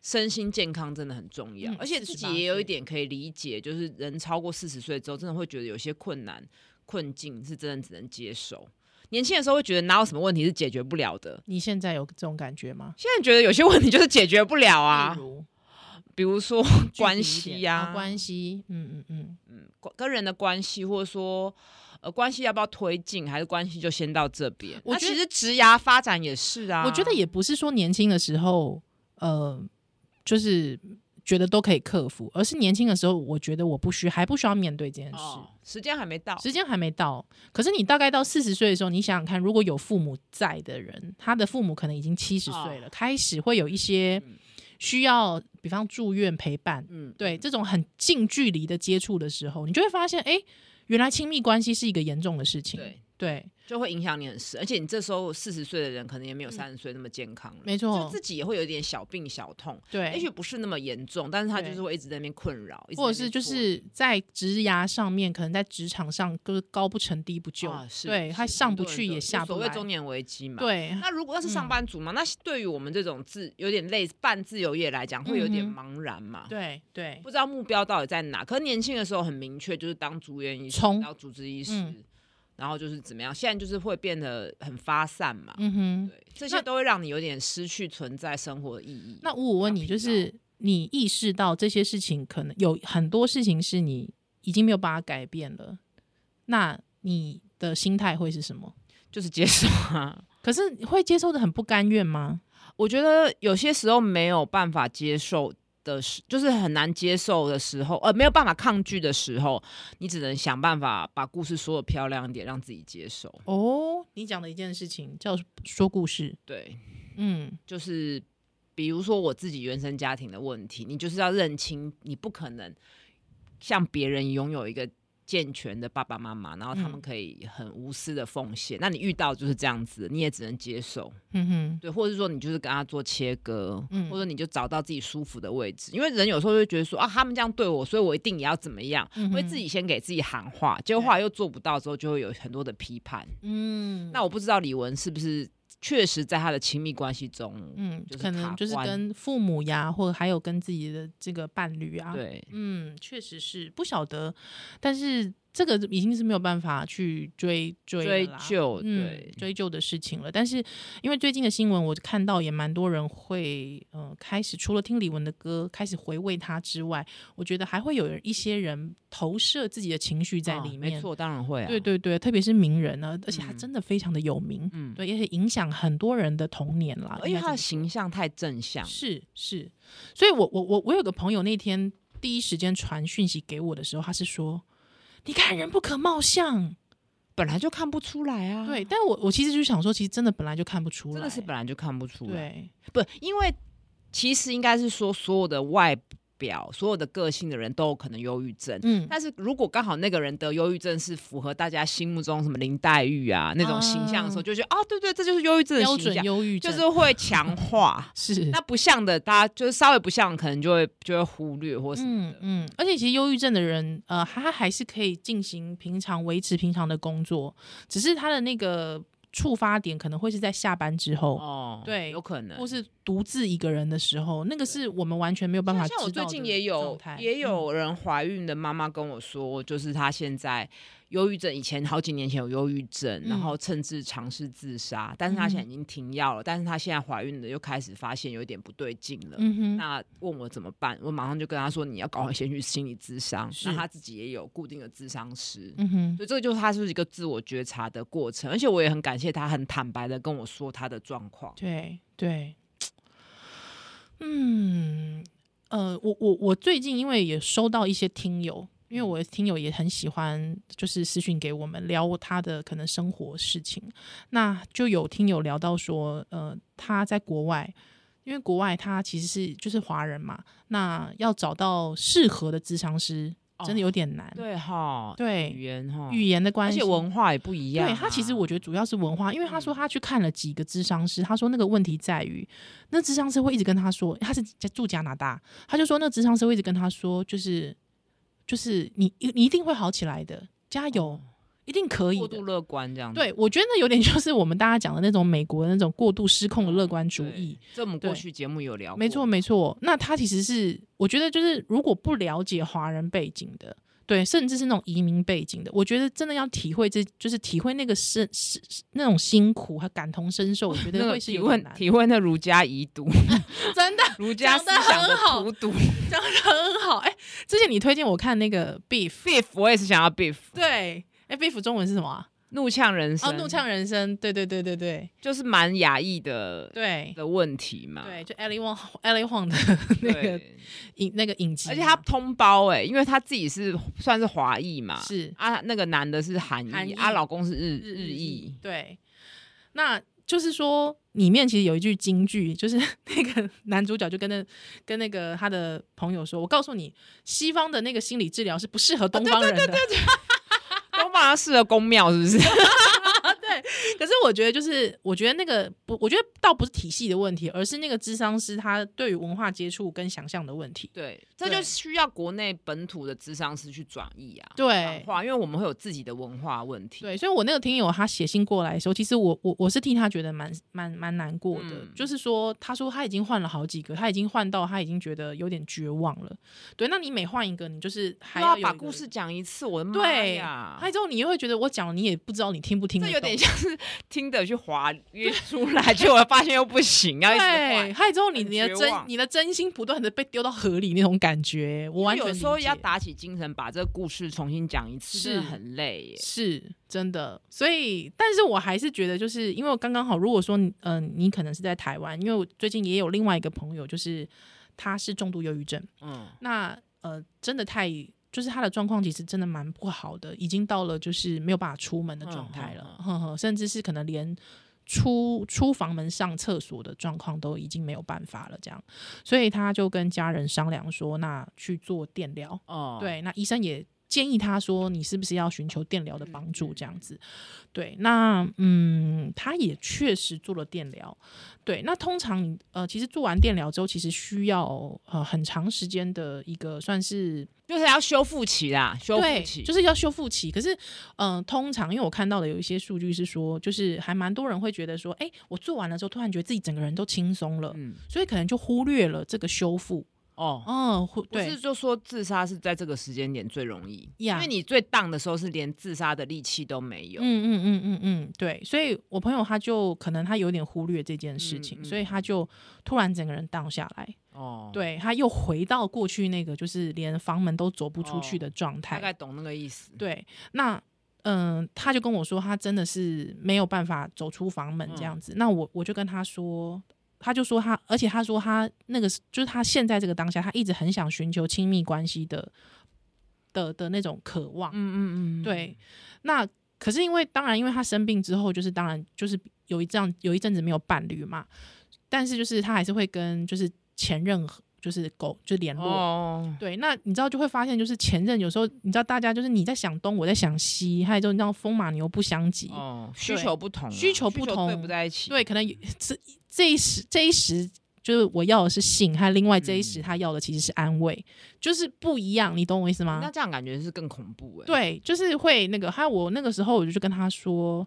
[SPEAKER 1] 身心健康真的很重要，
[SPEAKER 2] 嗯
[SPEAKER 1] 而且自己
[SPEAKER 2] 48
[SPEAKER 1] 也有一点可以理解，就是人超过四十岁之后，真的会觉得有些困难困境是真的只能接受。年轻的时候会觉得哪有什么问题是解决不了的，
[SPEAKER 2] 你现在有这种感觉吗？
[SPEAKER 1] 现在觉得有些问题就是解决不了啊
[SPEAKER 2] 例，如
[SPEAKER 1] 比如
[SPEAKER 2] *laughs*
[SPEAKER 1] 说
[SPEAKER 2] 具体
[SPEAKER 1] 关
[SPEAKER 2] 一
[SPEAKER 1] 系
[SPEAKER 2] 点
[SPEAKER 1] 呀、
[SPEAKER 2] 哦关系，嗯嗯嗯，
[SPEAKER 1] 关跟人的关系，或者说呃关系要不要推进，还是关系就先到这边。
[SPEAKER 2] 我
[SPEAKER 1] 那
[SPEAKER 2] 觉得
[SPEAKER 1] 其实职涯发展也是啊，
[SPEAKER 2] 我觉得也不是说年轻的时候，呃，就是觉得都可以克服，而是年轻的时候，我觉得我不需还不需要面对这件事。
[SPEAKER 1] 哦，时间还没到，
[SPEAKER 2] 时间还没到，可是你大概到四十岁的时候，你想想看，如果有父母在的人，他的父母可能已经七十岁了，
[SPEAKER 1] 啊
[SPEAKER 2] 开始会有一些需要，比方住院陪伴，
[SPEAKER 1] 嗯，
[SPEAKER 2] 对这种很近距离的接触的时候，你就会发现，哎、原来亲密关系是一个严重的事情。
[SPEAKER 1] 对，
[SPEAKER 2] 对
[SPEAKER 1] 就会影响你很深，而且你这时候四十岁的人可能也没有三十岁那么健康了，
[SPEAKER 2] 嗯没
[SPEAKER 1] 就
[SPEAKER 2] 错
[SPEAKER 1] 自，己也会有一点小病小痛，
[SPEAKER 2] 对，
[SPEAKER 1] 也许不是那么严重，但是他
[SPEAKER 2] 对
[SPEAKER 1] 就是会一直在那边困扰，一直在
[SPEAKER 2] 或者
[SPEAKER 1] 那边
[SPEAKER 2] 是就是在职涯上面，可能在职场上就是高不成低不就，
[SPEAKER 1] 做啊是
[SPEAKER 2] 对
[SPEAKER 1] 是
[SPEAKER 2] 他上
[SPEAKER 1] 很
[SPEAKER 2] 不
[SPEAKER 1] 多人
[SPEAKER 2] 去
[SPEAKER 1] 都
[SPEAKER 2] 也
[SPEAKER 1] 有
[SPEAKER 2] 下不
[SPEAKER 1] 所谓
[SPEAKER 2] 来，
[SPEAKER 1] 中年危机嘛，。
[SPEAKER 2] 对， *laughs*
[SPEAKER 1] 那如果要是上
[SPEAKER 2] 嗯
[SPEAKER 1] 班族嘛，那对于我们这种自有点类半自由业来讲，会有点
[SPEAKER 2] 嗯
[SPEAKER 1] 茫然嘛，
[SPEAKER 2] 对对
[SPEAKER 1] 不知道目标到底在哪。可是年轻的时候很明确，就是当住院医师，
[SPEAKER 2] 冲
[SPEAKER 1] 当主治医师，
[SPEAKER 2] 嗯
[SPEAKER 1] 然后就是怎么样。现在就是会变得很发散嘛，
[SPEAKER 2] 嗯哼。
[SPEAKER 1] 对，这些都会让你有点失去存在生活的意义。
[SPEAKER 2] 那我问你，
[SPEAKER 1] 疲劳
[SPEAKER 2] 就是你意识到这些事情，可能有很多事情是你已经没有办法改变了，那你的心态会是什么？
[SPEAKER 1] 就是接受啊。
[SPEAKER 2] 可是你会接受的很不甘愿吗？
[SPEAKER 1] 我觉得有些时候没有办法接受的时，就是很难接受的时候，呃，没有办法抗拒的时候，你只能想办法把故事说的漂亮一点，让自己接受。
[SPEAKER 2] 哦，你讲的一件事情叫说故事，
[SPEAKER 1] 对，
[SPEAKER 2] 嗯，
[SPEAKER 1] 就是比如说我自己原生家庭的问题，你就是要认清，你不可能像别人拥有一个健全的爸爸妈妈，然后他们
[SPEAKER 2] 嗯
[SPEAKER 1] 可以很无私的奉献。那你遇到就是这样子，你也只能接受，
[SPEAKER 2] 哼嗯哼，
[SPEAKER 1] 对，或者是说你就是跟他做切割，
[SPEAKER 2] 嗯
[SPEAKER 1] 或者你就找到自己舒服的位置。因为人有时候就会觉得说啊，他们这样对我，所以我一定也要怎么样。
[SPEAKER 2] 嗯
[SPEAKER 1] 会
[SPEAKER 2] 哼
[SPEAKER 1] 自己先给自己喊话，结果后来又做不到之后，就会有很多的批判。
[SPEAKER 2] 嗯，
[SPEAKER 1] 那我不知道李玟是不是确实在他的亲密关系中，
[SPEAKER 2] 嗯，
[SPEAKER 1] 就是
[SPEAKER 2] 可能
[SPEAKER 1] 卡
[SPEAKER 2] 就是
[SPEAKER 1] 关
[SPEAKER 2] 跟父母呀，或者还有跟自己的这个伴侣啊，
[SPEAKER 1] 对，
[SPEAKER 2] 嗯，确实是不晓得，但是这个已经是没有办法去追追了
[SPEAKER 1] 追
[SPEAKER 2] 啦
[SPEAKER 1] 究，
[SPEAKER 2] 嗯
[SPEAKER 1] 对，
[SPEAKER 2] 追究的事情了。但是因为最近的新闻，我看到也蛮多人会呃开始除了听李玟的歌，开始回味她之外，我觉得还会有一些人投射自己的情绪在
[SPEAKER 1] 啊
[SPEAKER 2] 里
[SPEAKER 1] 没
[SPEAKER 2] 面。
[SPEAKER 1] 错，当然会啊，
[SPEAKER 2] 对，对对，特别是名人呢，而且他
[SPEAKER 1] 嗯
[SPEAKER 2] 真的非常的有名，
[SPEAKER 1] 嗯，
[SPEAKER 2] 对，而且影响很多人的童年啦。
[SPEAKER 1] 而且
[SPEAKER 2] 应该这
[SPEAKER 1] 他
[SPEAKER 2] 么
[SPEAKER 1] 的
[SPEAKER 2] 说
[SPEAKER 1] 形象太正向，
[SPEAKER 2] 是是，所以我我我我有个朋友那天第一时间传讯息给我的时候，他是说：“你看人不可貌相。
[SPEAKER 1] 本来就看不出来啊，
[SPEAKER 2] 对，，但我我其实就想说，其实真的本来就看不出来，
[SPEAKER 1] 真的是本来就看不出来，
[SPEAKER 2] 对，
[SPEAKER 1] 不，因为其实应该是说所有的外表、所有的个性的人都有可能忧郁症。
[SPEAKER 2] 嗯，
[SPEAKER 1] 但是如果刚好那个人得忧郁症是符合大家心目中什么林黛玉啊那种形象的时候，
[SPEAKER 2] 啊
[SPEAKER 1] 就觉得哦，对对，这就是忧郁症的
[SPEAKER 2] 标
[SPEAKER 1] 形
[SPEAKER 2] 准
[SPEAKER 1] 象，
[SPEAKER 2] 忧郁
[SPEAKER 1] 就
[SPEAKER 2] 症
[SPEAKER 1] 是会强化。
[SPEAKER 2] 是
[SPEAKER 1] 那不像的，大家就是稍微不像，可能就会就会忽略或什么
[SPEAKER 2] 嗯
[SPEAKER 1] 的。
[SPEAKER 2] 嗯，而且其实忧郁症的人，呃，他还是可以进行平常维持平常的工作，只是他的那个触发点可能会是在下班之后，
[SPEAKER 1] 哦，
[SPEAKER 2] 对
[SPEAKER 1] 有可能。
[SPEAKER 2] 或是独自一个人的时候，那个是我们完全没有办法
[SPEAKER 1] 像
[SPEAKER 2] 知道
[SPEAKER 1] 像我最
[SPEAKER 2] 的
[SPEAKER 1] 近也
[SPEAKER 2] 状
[SPEAKER 1] 有
[SPEAKER 2] 态
[SPEAKER 1] 也
[SPEAKER 2] 嗯
[SPEAKER 1] 有人怀孕的妈妈跟我说，就是她现在忧郁症，以前好几年前有忧郁症，然
[SPEAKER 2] 嗯
[SPEAKER 1] 后甚至尝试自杀，但是她现在已经停药了，但是她现在怀孕了，又开始发现有一点不对劲了。
[SPEAKER 2] 嗯哼，
[SPEAKER 1] 那问我怎么办？我马上就跟她说，你要赶快先去心理咨商。
[SPEAKER 2] 是
[SPEAKER 1] 那她自己也有固定的咨商师，
[SPEAKER 2] 嗯哼，
[SPEAKER 1] 所以这个就是她是一个自我觉察的过程。而且我也很感谢她，很坦白的跟我说她的状况。
[SPEAKER 2] 对对，嗯，呃，我我我最近因为也收到一些听友，因为我的听友也很喜欢，就是私讯给我们聊他的可能生活事情，那就有听友聊到说，呃，他在国外。因为国外他其实是就是华人嘛，那要找到适合的咨商师、真的
[SPEAKER 1] 哦
[SPEAKER 2] 有点难。
[SPEAKER 1] 对哈，
[SPEAKER 2] 对
[SPEAKER 1] 语言哈，
[SPEAKER 2] 语言的关
[SPEAKER 1] 而
[SPEAKER 2] 系，
[SPEAKER 1] 且文化也不一样啊、嗯
[SPEAKER 2] 对他其实我觉得主要是文化，因为他说他去看了几个智商师，他说那个问题在于，那智商师会一直跟他说，他是在住加拿大，他就说那智商师会一直跟他说，就是就是你你一定会好起来的，加油，
[SPEAKER 1] 哦
[SPEAKER 2] 一定可以
[SPEAKER 1] 过
[SPEAKER 2] 的
[SPEAKER 1] 度。乐观这样子。
[SPEAKER 2] 对，我觉得那有点就是我们大家讲的那种美国的那种过度失控的乐观主
[SPEAKER 1] 嗯对
[SPEAKER 2] 义。，
[SPEAKER 1] 这我们
[SPEAKER 2] 对
[SPEAKER 1] 过去节目有聊过，
[SPEAKER 2] 没错，没错。那他其实是，我觉得就是如果不了解华人背景的，对，甚至是那种移民背景的，我觉得真的要体会这，就是体会那个是是是那种辛苦和感同身受，我觉
[SPEAKER 1] *laughs* 那
[SPEAKER 2] 得
[SPEAKER 1] 个
[SPEAKER 2] 会是
[SPEAKER 1] 体
[SPEAKER 2] 有点
[SPEAKER 1] 问
[SPEAKER 2] 难。
[SPEAKER 1] 体会那儒家遗毒，
[SPEAKER 2] *laughs* 真的
[SPEAKER 1] 儒家思想的荼毒。
[SPEAKER 2] 讲的很好。哎、之前你推荐我看那个 Beef，
[SPEAKER 1] beef 我也是想要 beef，
[SPEAKER 2] 对，哎、b e e f 中文是什么、啊？
[SPEAKER 1] 怒呛人生，
[SPEAKER 2] 哦，怒呛人生，对对对对对
[SPEAKER 1] 就是蛮雅意的 *laughs*
[SPEAKER 2] 对
[SPEAKER 1] 的问题嘛。
[SPEAKER 2] 对，就 Ellie Wong Ellie Wong 的 *laughs* 那个
[SPEAKER 1] 啊对，
[SPEAKER 2] 影那个影集嘛，
[SPEAKER 1] 而且他通包哎、因为他自己是算是华裔嘛，
[SPEAKER 2] 是
[SPEAKER 1] 啊，那个男的是韩
[SPEAKER 2] 韩
[SPEAKER 1] 裔，
[SPEAKER 2] 裔
[SPEAKER 1] 啊，老公是日
[SPEAKER 2] 日
[SPEAKER 1] 日裔，
[SPEAKER 2] 对，那就是说里面其实有一句金句，就是那个男主角就跟那 *laughs* 跟那个他的朋友说：“我告诉你，西方的那个心理治疗是不适合东方人的。
[SPEAKER 1] 东方好像适合宫庙是不是？
[SPEAKER 2] 可是我觉得，就是我觉得那个不，我觉得倒不是体系的问题，而是那个智商师他对于文化接触跟想象的问题。
[SPEAKER 1] *laughs* 对，这
[SPEAKER 2] 对
[SPEAKER 1] 就需要国内本土的智商师去转译啊，转
[SPEAKER 2] 对。
[SPEAKER 1] 化，因为我们会有自己的文化问题。
[SPEAKER 2] 对，所以我那个听友他写信过来的时候，其实我我我是替他觉得蛮蛮蛮难过的，
[SPEAKER 1] 嗯
[SPEAKER 2] 就是说他说他已经换了好几个，他已经换到他已经觉得有点绝望了。对，那你每换一个，你就是还
[SPEAKER 1] 又要
[SPEAKER 2] 有
[SPEAKER 1] 把
[SPEAKER 2] 一个
[SPEAKER 1] 故事讲一次，我的妈
[SPEAKER 2] 对，
[SPEAKER 1] 呀！
[SPEAKER 2] 还之后你又会觉得我讲了你也不知道你听不听得
[SPEAKER 1] 这
[SPEAKER 2] 懂，
[SPEAKER 1] 有点像是听的去划约出来，结果发现又不行，要一直
[SPEAKER 2] 对，
[SPEAKER 1] 换。
[SPEAKER 2] 还之后你
[SPEAKER 1] 很
[SPEAKER 2] 你的
[SPEAKER 1] 绝
[SPEAKER 2] 真
[SPEAKER 1] 望
[SPEAKER 2] 你的真心不断的被丢到河里那种感觉，我完全
[SPEAKER 1] 有时候
[SPEAKER 2] 理
[SPEAKER 1] 要
[SPEAKER 2] 解
[SPEAKER 1] 打起精神，把这个故事重新讲一次，
[SPEAKER 2] 是
[SPEAKER 1] 真的很累耶。
[SPEAKER 2] 是真的，所以，但是我还是觉得，就是因为我刚刚好，如果说你，嗯、你可能是在台湾，因为我最近也有另外一个朋友，就是他是重度忧郁症，
[SPEAKER 1] 嗯，
[SPEAKER 2] 那呃，真的太，就是他的状况其实真的蛮不好的，已经到了就是没有办法出门的状态了， *laughs*
[SPEAKER 1] 嗯
[SPEAKER 2] 呵呵，甚至是可能连出出房门上厕所的状况都已经没有办法了，这样，所以他就跟家人商量说，那去做电疗，
[SPEAKER 1] 哦，
[SPEAKER 2] 对，那医生也建议他说你是不是要寻求电疗的帮
[SPEAKER 1] 嗯
[SPEAKER 2] 助这样子。对，那嗯，他也确实做了电疗。对，那通常呃，其实做完电疗之后，其实需要呃很长时间的一个算是
[SPEAKER 1] 就是要修复期啦，修复
[SPEAKER 2] 对，
[SPEAKER 1] 期
[SPEAKER 2] 就是要修复期。可是，嗯、通常因为我看到的有一些数据是说，就是还蛮多人会觉得说，哎、我做完了之后，突然觉得自己整个人都轻松了，
[SPEAKER 1] 嗯
[SPEAKER 2] 所以可能就忽略了这个修复。
[SPEAKER 1] 哦。
[SPEAKER 2] 嗯，忽
[SPEAKER 1] 不是
[SPEAKER 2] 对，
[SPEAKER 1] 就说自杀是在这个时间点最容易
[SPEAKER 2] 呀
[SPEAKER 1] 因为你最荡的时候是连自杀的力气都没有。
[SPEAKER 2] 嗯嗯嗯嗯嗯，对。所以我朋友他就可能他有点忽略这件事情，
[SPEAKER 1] 嗯嗯
[SPEAKER 2] 所以他就突然整个人荡下来，
[SPEAKER 1] 哦，，
[SPEAKER 2] 对，他又回到过去那个就是连房门都走不出去
[SPEAKER 1] 哦
[SPEAKER 2] 的状态。
[SPEAKER 1] 大概懂那个意思。
[SPEAKER 2] 对，那嗯、他就跟我说，他真的是没有办法走出房门这
[SPEAKER 1] 嗯
[SPEAKER 2] 样子。那我我就跟他说，他就说他，而且他说他那个是就是他现在这个当下，他一直很想寻求亲密关系的的的那种渴望。
[SPEAKER 1] 嗯嗯嗯，
[SPEAKER 2] 对，那可是因为当然，因为他生病之后，就是当然就是有一阵有一阵子没有伴侣嘛，但是就是他还是会跟就是前任就是狗就联络。
[SPEAKER 1] 哦，
[SPEAKER 2] 对，那你知道就会发现，就是前任有时候，你知道大家就是你在想东，我在想西，还有就你知道风马牛不相及，
[SPEAKER 1] 哦，需求不同啊，
[SPEAKER 2] 需求不同
[SPEAKER 1] 对不在一起。
[SPEAKER 2] 对，可能有这这一时这一时就是我要的是性，还有另外这一时
[SPEAKER 1] 嗯
[SPEAKER 2] 他要的其实是安慰，就是不一样，你懂我意思吗？
[SPEAKER 1] 那这样感觉是更恐怖哎。，
[SPEAKER 2] 啊对，就是会那个，还有我那个时候我就跟他说，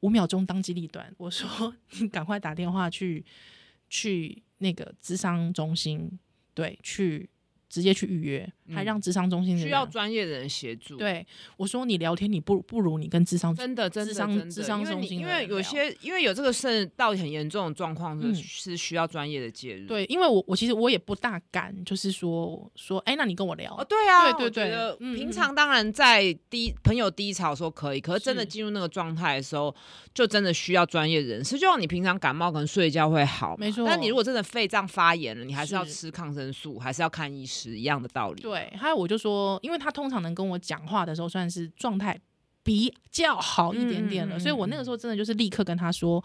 [SPEAKER 2] 五秒钟当机立断，我说 *laughs* 你赶快打电话去去那个智商中心，对，去直接去预约，还
[SPEAKER 1] 嗯
[SPEAKER 2] 让智商中心的
[SPEAKER 1] 需
[SPEAKER 2] 人
[SPEAKER 1] 要专业的人协助。。
[SPEAKER 2] 啊对我说你聊天你不不如你跟智商
[SPEAKER 1] 真的，真的，
[SPEAKER 2] 商
[SPEAKER 1] 真的
[SPEAKER 2] 智商
[SPEAKER 1] 因为
[SPEAKER 2] 中
[SPEAKER 1] 你
[SPEAKER 2] 心
[SPEAKER 1] 因
[SPEAKER 2] 的
[SPEAKER 1] 为
[SPEAKER 2] 人
[SPEAKER 1] 有
[SPEAKER 2] 聊
[SPEAKER 1] 些，因为有这个肾到底很严重的状况是、
[SPEAKER 2] 嗯
[SPEAKER 1] 是需要专业的介入。，
[SPEAKER 2] 对，因为我我其实我也不大敢，就是说说哎，那你跟我聊，
[SPEAKER 1] 哦，对啊，
[SPEAKER 2] 对对
[SPEAKER 1] 我觉
[SPEAKER 2] 对
[SPEAKER 1] 得
[SPEAKER 2] 嗯嗯
[SPEAKER 1] 平常当然在低朋友低潮的时候可以，可是真的
[SPEAKER 2] 是
[SPEAKER 1] 进入那个状态的时候，就真的需要专业人士。就像你平常感冒可能睡一觉会好嘛，
[SPEAKER 2] 没错
[SPEAKER 1] 但你如果真的肺脏发炎了，你还是要
[SPEAKER 2] 是
[SPEAKER 1] 吃抗生素，还是要看医师，一样的道理。
[SPEAKER 2] 对，还有我就说，因为他通常能跟我讲话的时候，算是状态比较好一点点了，
[SPEAKER 1] 嗯嗯嗯
[SPEAKER 2] 所以我那个时候真的就是立刻跟他说，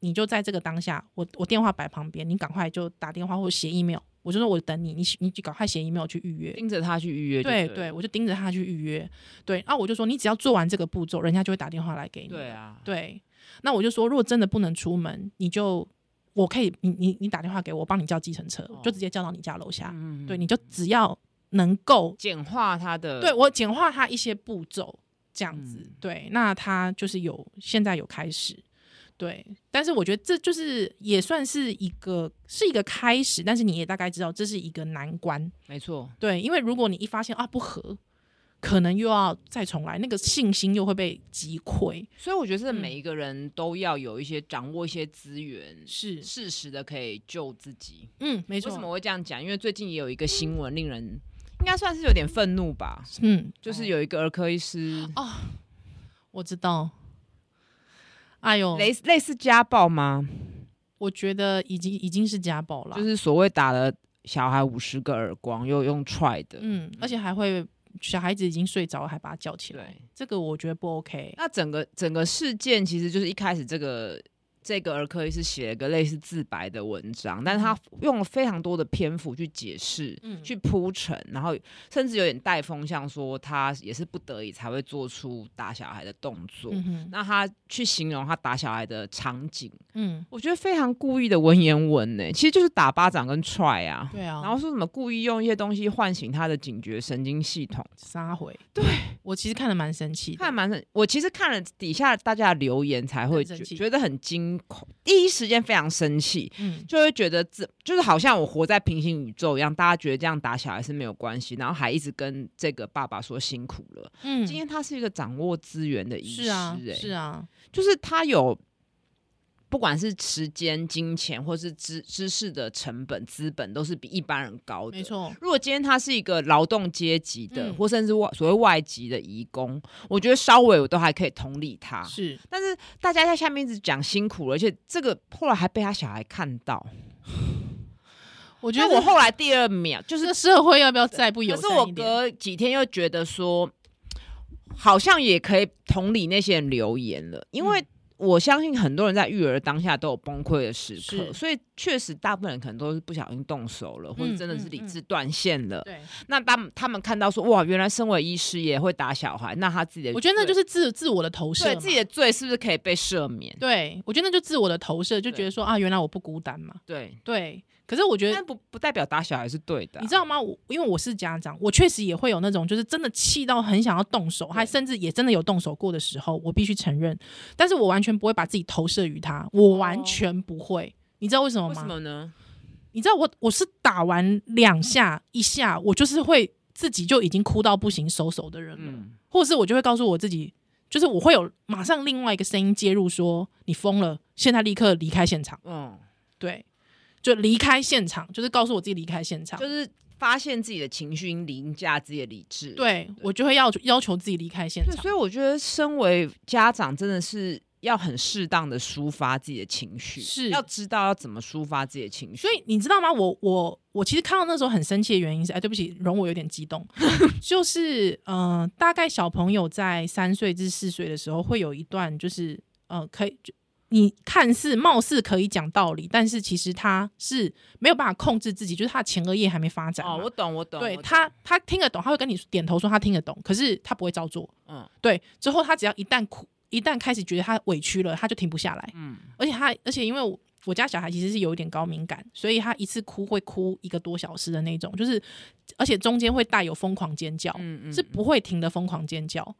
[SPEAKER 2] 你就在这个当下，我我电话摆旁边，你赶快就打电话或写 email，我就说我等你，你你就赶快写 email 去预约。
[SPEAKER 1] 盯着他去预约就
[SPEAKER 2] 对
[SPEAKER 1] 了啊
[SPEAKER 2] 对，我就盯着他去预约。对，然后我就说，你只要做完这个步骤，人家就会打电话来给你。
[SPEAKER 1] 对啊，
[SPEAKER 2] 对，那我就说，如果真的不能出门，你就我可以，你你你打电话给我，我帮你叫计程车，我就直接叫到你家楼下。
[SPEAKER 1] 哦嗯，嗯
[SPEAKER 2] 对，，你就只要能够，
[SPEAKER 1] 简化他的
[SPEAKER 2] 对我简化它一些步骤，这样子。
[SPEAKER 1] 嗯
[SPEAKER 2] 对，那它就是有现在有开始。对，但是我觉得这就是也算是一个是一个开始，但是你也大概知道这是一个难关。
[SPEAKER 1] 没错，
[SPEAKER 2] 对，因为如果你一发现啊不合，可能又要再重来，那个信心又会被击溃。
[SPEAKER 1] 所以我觉得是
[SPEAKER 2] 嗯
[SPEAKER 1] 每一个人都要有一些掌握一些资源，
[SPEAKER 2] 是，
[SPEAKER 1] 适时的可以救自己。
[SPEAKER 2] 嗯，没
[SPEAKER 1] 为
[SPEAKER 2] 错。
[SPEAKER 1] 什么我会这样讲？因为最近也有一个新闻令人应该算是有点愤怒吧，
[SPEAKER 2] 嗯，
[SPEAKER 1] 就是有一个儿科医师，
[SPEAKER 2] 我知道。哎呦，
[SPEAKER 1] 类类似家暴吗？
[SPEAKER 2] 我觉得已经已经是家暴了，
[SPEAKER 1] 就是所谓打了小孩五十个耳光，又用踹的。
[SPEAKER 2] 嗯，而且还会小孩子已经睡着了还把他叫起来
[SPEAKER 1] 对，
[SPEAKER 2] 这个我觉得不 OK。
[SPEAKER 1] 那整个整个事件其实就是一开始这个这个儿科医师写了个类似自白的文章，但是他用了非常多的篇幅去解释。
[SPEAKER 2] 嗯，
[SPEAKER 1] 去铺陈，然后甚至有点带风向，说他也是不得已才会做出打小孩的动作。
[SPEAKER 2] 嗯哼，
[SPEAKER 1] 那他去形容他打小孩的场景，
[SPEAKER 2] 嗯，
[SPEAKER 1] 我觉得非常故意的文言文呢、其实就是打巴掌跟踹啊。
[SPEAKER 2] 对啊，
[SPEAKER 1] 然后说什么故意用一些东西唤醒他的警觉神经系统，
[SPEAKER 2] 杀回，对我其实看得蛮生气的，
[SPEAKER 1] 看蛮神。我其实看了底下大家的留言，才会
[SPEAKER 2] 很
[SPEAKER 1] 觉
[SPEAKER 2] 生气
[SPEAKER 1] 觉得很惊恐，第一时间非常生气，
[SPEAKER 2] 嗯
[SPEAKER 1] 就会觉得这就是好像我活在平行宇宙一样，大家觉得这样打小孩是没有关系，然后还一直跟这个爸爸说辛苦了。
[SPEAKER 2] 嗯，
[SPEAKER 1] 今天他是一个掌握资源的医师、
[SPEAKER 2] 是
[SPEAKER 1] 欸，
[SPEAKER 2] 啊是啊，
[SPEAKER 1] 就是他有不管是时间、金钱或是知知识的成本、资本，都是比一般人高的。
[SPEAKER 2] 没。错，
[SPEAKER 1] 如果今天他是一个劳动阶级的，
[SPEAKER 2] 嗯
[SPEAKER 1] 或甚至外所谓外籍的移工，我觉得稍微我都还可以同理他。
[SPEAKER 2] 是
[SPEAKER 1] 但是大家在下面一直讲辛苦了，而且这个后来还被他小孩看到。
[SPEAKER 2] 我觉
[SPEAKER 1] 那
[SPEAKER 2] 得
[SPEAKER 1] 我后来第二秒就
[SPEAKER 2] 这
[SPEAKER 1] 是
[SPEAKER 2] 个社会要不要再不友
[SPEAKER 1] 可是
[SPEAKER 2] 善
[SPEAKER 1] 我
[SPEAKER 2] 一点？
[SPEAKER 1] 隔几天又
[SPEAKER 2] 嗯
[SPEAKER 1] 觉得说，好像也可以同理那些人留言了，因为我相信很多人在育儿当下都有崩溃的时刻，
[SPEAKER 2] 是
[SPEAKER 1] 所以确实大部分人可能都是不小心动手了，或者
[SPEAKER 2] 嗯
[SPEAKER 1] 真的是
[SPEAKER 2] 嗯
[SPEAKER 1] 理
[SPEAKER 2] 嗯
[SPEAKER 1] 智断线了。
[SPEAKER 2] 对，
[SPEAKER 1] 那他们他们看到说哇，原来身为医师也会打小孩，那他自己的
[SPEAKER 2] 我觉得那就是是自自我的投射
[SPEAKER 1] 对
[SPEAKER 2] 嘛
[SPEAKER 1] 自己的罪是不是可以被赦免？
[SPEAKER 2] 对，我觉得那就自我的投射，就觉得说啊，原来我不孤单嘛。
[SPEAKER 1] 对，
[SPEAKER 2] 对，可是我觉得
[SPEAKER 1] 但不不代表打小孩是对的啊、
[SPEAKER 2] 你知道吗？我因为我是家长，我确实也会有那种就是真的气到很想要动手，还甚至也真的有动手过的时候，我必须承认。但是我完全不会把自己投射于他，我完全不会。你知道为什么
[SPEAKER 1] 哦为
[SPEAKER 2] 吗？
[SPEAKER 1] 什么呢？
[SPEAKER 2] 你知道我我是打完两下一下，我就是会自己就已经哭到不行收手的人了，
[SPEAKER 1] 嗯，
[SPEAKER 2] 或者是我就会告诉我自己，就是我会有马上另外一个声音介入说你疯了，现在立刻离开现场。
[SPEAKER 1] 嗯，
[SPEAKER 2] 对，就离开现场，就是告诉我自己离开现场。
[SPEAKER 1] 就是发现自己的情绪凌驾自己的理智。
[SPEAKER 2] 对我就会要要求自己离开现
[SPEAKER 1] 对，
[SPEAKER 2] 场。
[SPEAKER 1] 所以我觉得身为家长真的是要很适当的抒发自己的情绪，
[SPEAKER 2] 是
[SPEAKER 1] 要知道要怎么抒发自己的情绪。
[SPEAKER 2] 所以你知道吗？我我我其实看到那时候很生气的原因是，哎，对不起，容我有点
[SPEAKER 1] *laughs*
[SPEAKER 2] 激动，就是呃，大概小朋友在三岁至四岁的时候，会有一段就是呃，可以就你看似貌似可以讲道理，但是其实他是没有办法控制自己，就是他的前额叶还没发展嘛。
[SPEAKER 1] 哦，我懂，我懂，
[SPEAKER 2] 对
[SPEAKER 1] 我懂
[SPEAKER 2] 他，，他听得懂，他会跟你点头说他听得懂，可是他不会照做。
[SPEAKER 1] 嗯
[SPEAKER 2] 对，之后他只要一旦哭，一旦开始觉得他委屈了，他就停不下来。
[SPEAKER 1] 嗯，
[SPEAKER 2] 而且他，而且因为我我家小孩其实是有一点高敏感，所以他一次哭会哭一个多小时的那种，就是而且中间会带有疯狂尖叫，
[SPEAKER 1] 嗯嗯
[SPEAKER 2] 是不会停的疯狂尖叫。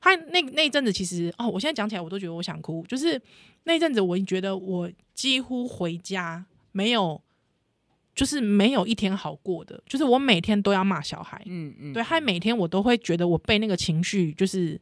[SPEAKER 2] 他那那一阵子其实哦，我现在讲起来我都觉得我想哭，就是那一阵子我觉得我几乎回家没有，就是没有一天好过的，就是我每天都要骂小孩，
[SPEAKER 1] 嗯嗯，
[SPEAKER 2] 对，还每天我都会觉得我被那个情绪就是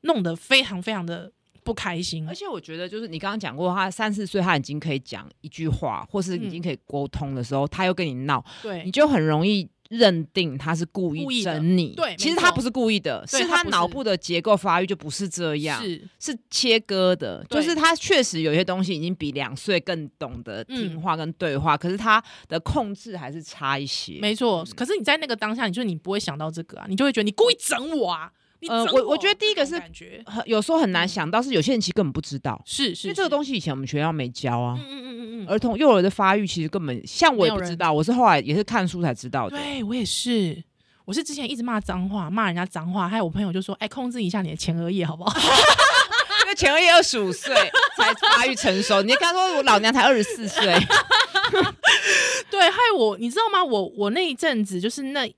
[SPEAKER 2] 弄得非常非常的不开心
[SPEAKER 1] 而。且我觉得，就是你刚刚讲过，他三四岁他已经可以讲一句话，或是已经可以沟通的时候，他又跟你闹，
[SPEAKER 2] 嗯对
[SPEAKER 1] 你，就很容易认定他是故
[SPEAKER 2] 故意
[SPEAKER 1] 意
[SPEAKER 2] 的
[SPEAKER 1] 整你。
[SPEAKER 2] 对
[SPEAKER 1] 其实
[SPEAKER 2] 没
[SPEAKER 1] 他
[SPEAKER 2] 错
[SPEAKER 1] 不是故意的，
[SPEAKER 2] 对
[SPEAKER 1] 是
[SPEAKER 2] 他
[SPEAKER 1] 他
[SPEAKER 2] 不
[SPEAKER 1] 脑
[SPEAKER 2] 是
[SPEAKER 1] 部的结构发育就不是这样，
[SPEAKER 2] 是
[SPEAKER 1] 是切割的。就
[SPEAKER 2] 对
[SPEAKER 1] 是他确实有些东西已经比两岁更懂得听
[SPEAKER 2] 嗯
[SPEAKER 1] 话跟对话，可是他的控制还是差一些。
[SPEAKER 2] 没错。
[SPEAKER 1] 嗯
[SPEAKER 2] 可是你在那个当下，你就你不会想到这个啊，你就会觉得你故意整我啊。你整
[SPEAKER 1] 呃我我觉得第一个
[SPEAKER 2] 这种
[SPEAKER 1] 是
[SPEAKER 2] 感觉
[SPEAKER 1] 很有时候很难
[SPEAKER 2] 嗯
[SPEAKER 1] 想到，是有些人其实根本不知道，
[SPEAKER 2] 是
[SPEAKER 1] 因
[SPEAKER 2] 是
[SPEAKER 1] 为这个
[SPEAKER 2] 是
[SPEAKER 1] 东西以前我们学校没教啊。
[SPEAKER 2] 嗯嗯嗯嗯嗯，
[SPEAKER 1] 儿童幼儿的发育其实根本像我也
[SPEAKER 2] 没有
[SPEAKER 1] 不
[SPEAKER 2] 人
[SPEAKER 1] 知道，我是后来也是看书才知道的。
[SPEAKER 2] 对我也是。我是之前一直骂脏话，骂人家脏话，还有我朋友就说：“哎、控制一下你的前额叶，好不 *laughs* 好
[SPEAKER 1] 因为前额叶二十五岁才发育成熟，你就跟他说我老娘才二十四岁，？”
[SPEAKER 2] 对，害我，你知道吗？我我那一阵子就是那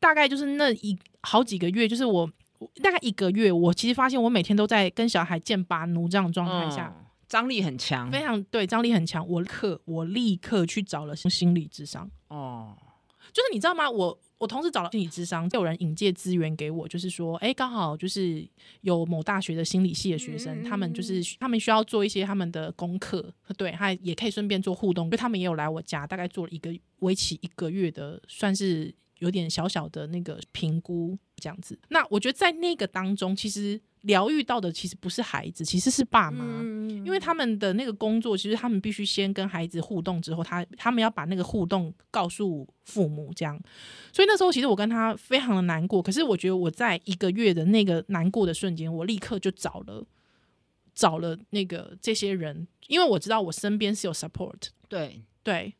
[SPEAKER 2] 大概就是那一好几个月，就是我我大概一个月，我其实发现我每天都在跟小孩剑拔弩张的状态下，
[SPEAKER 1] 嗯张力很强
[SPEAKER 2] 非常对张力很强。我刻我立刻去找了心理智商。
[SPEAKER 1] 哦。
[SPEAKER 2] 就是你知道吗？我我同时找了心理咨商，就有人引介资源给我，就是说，哎、刚好就是有某大学的心理系的学生，
[SPEAKER 1] 嗯
[SPEAKER 2] 他们就是他们需要做一些他们的功课，对，还也可以顺便做互动，就他们也有来我家，大概做了一个为期一个月的，算是有点小小的那个评估这样子。那我觉得在那个当中，其实疗愈到的其实不是孩子，其实是爸妈。
[SPEAKER 1] 嗯，
[SPEAKER 2] 因为他们的那个工作，其实他们必须先跟孩子互动之后，他他们要把那个互动告诉父母，这样。所以那时候其实我跟他非常的难过，可是我觉得我在一个月的那个难过的瞬间，我立刻就找了找了那个这些人，因为我知道我身边是有 support，
[SPEAKER 1] 对，
[SPEAKER 2] 对，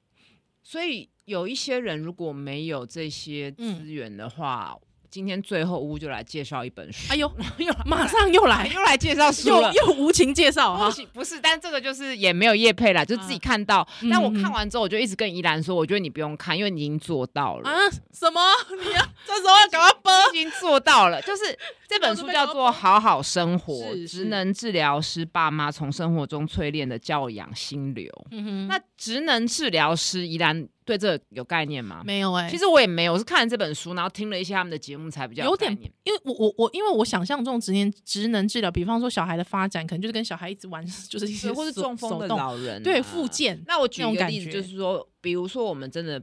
[SPEAKER 1] 所以有一些人如果没有这些资源的话，今天最后屋就来介绍一本书，
[SPEAKER 2] 哎呦，
[SPEAKER 1] 又
[SPEAKER 2] 马上 *laughs* 又来，
[SPEAKER 1] 又来介绍书
[SPEAKER 2] 又
[SPEAKER 1] 了。啊
[SPEAKER 2] 又无情介绍
[SPEAKER 1] 不
[SPEAKER 2] *laughs* 哈，
[SPEAKER 1] 行，不是，但这个就是也没有叶配啦，就自己看到。
[SPEAKER 2] 嗯
[SPEAKER 1] 但我看完之后，我就一直跟怡兰说，我觉得你不用看，因为你已经做到了。
[SPEAKER 2] 啊什么？ *laughs* 你要这时候要赶快播？
[SPEAKER 1] 已经做到了，就是这本书叫做《好好生活 *laughs*
[SPEAKER 2] 是：是
[SPEAKER 1] 职能治疗师爸妈从生活中淬炼的教养心流》。
[SPEAKER 2] 嗯哼，
[SPEAKER 1] 那职能治疗师依然对这个有概念吗？
[SPEAKER 2] 没有哎、
[SPEAKER 1] 其实我也没有，我是看了这本书，然后听了一些他们的节目才比较
[SPEAKER 2] 有
[SPEAKER 1] 概
[SPEAKER 2] 点
[SPEAKER 1] 念，
[SPEAKER 2] 因为我我我，因为我想象中职能职能治疗，比方说小孩的发展，可能就是跟小孩一直玩， *laughs* 就是一些
[SPEAKER 1] 对，或是
[SPEAKER 2] 手
[SPEAKER 1] 中风
[SPEAKER 2] 手
[SPEAKER 1] 的
[SPEAKER 2] 动
[SPEAKER 1] 老人、啊
[SPEAKER 2] 对附。件，
[SPEAKER 1] 那我举一
[SPEAKER 2] 那种
[SPEAKER 1] 个
[SPEAKER 2] 感
[SPEAKER 1] 例子，
[SPEAKER 2] 觉
[SPEAKER 1] 就是说，比如说我们真的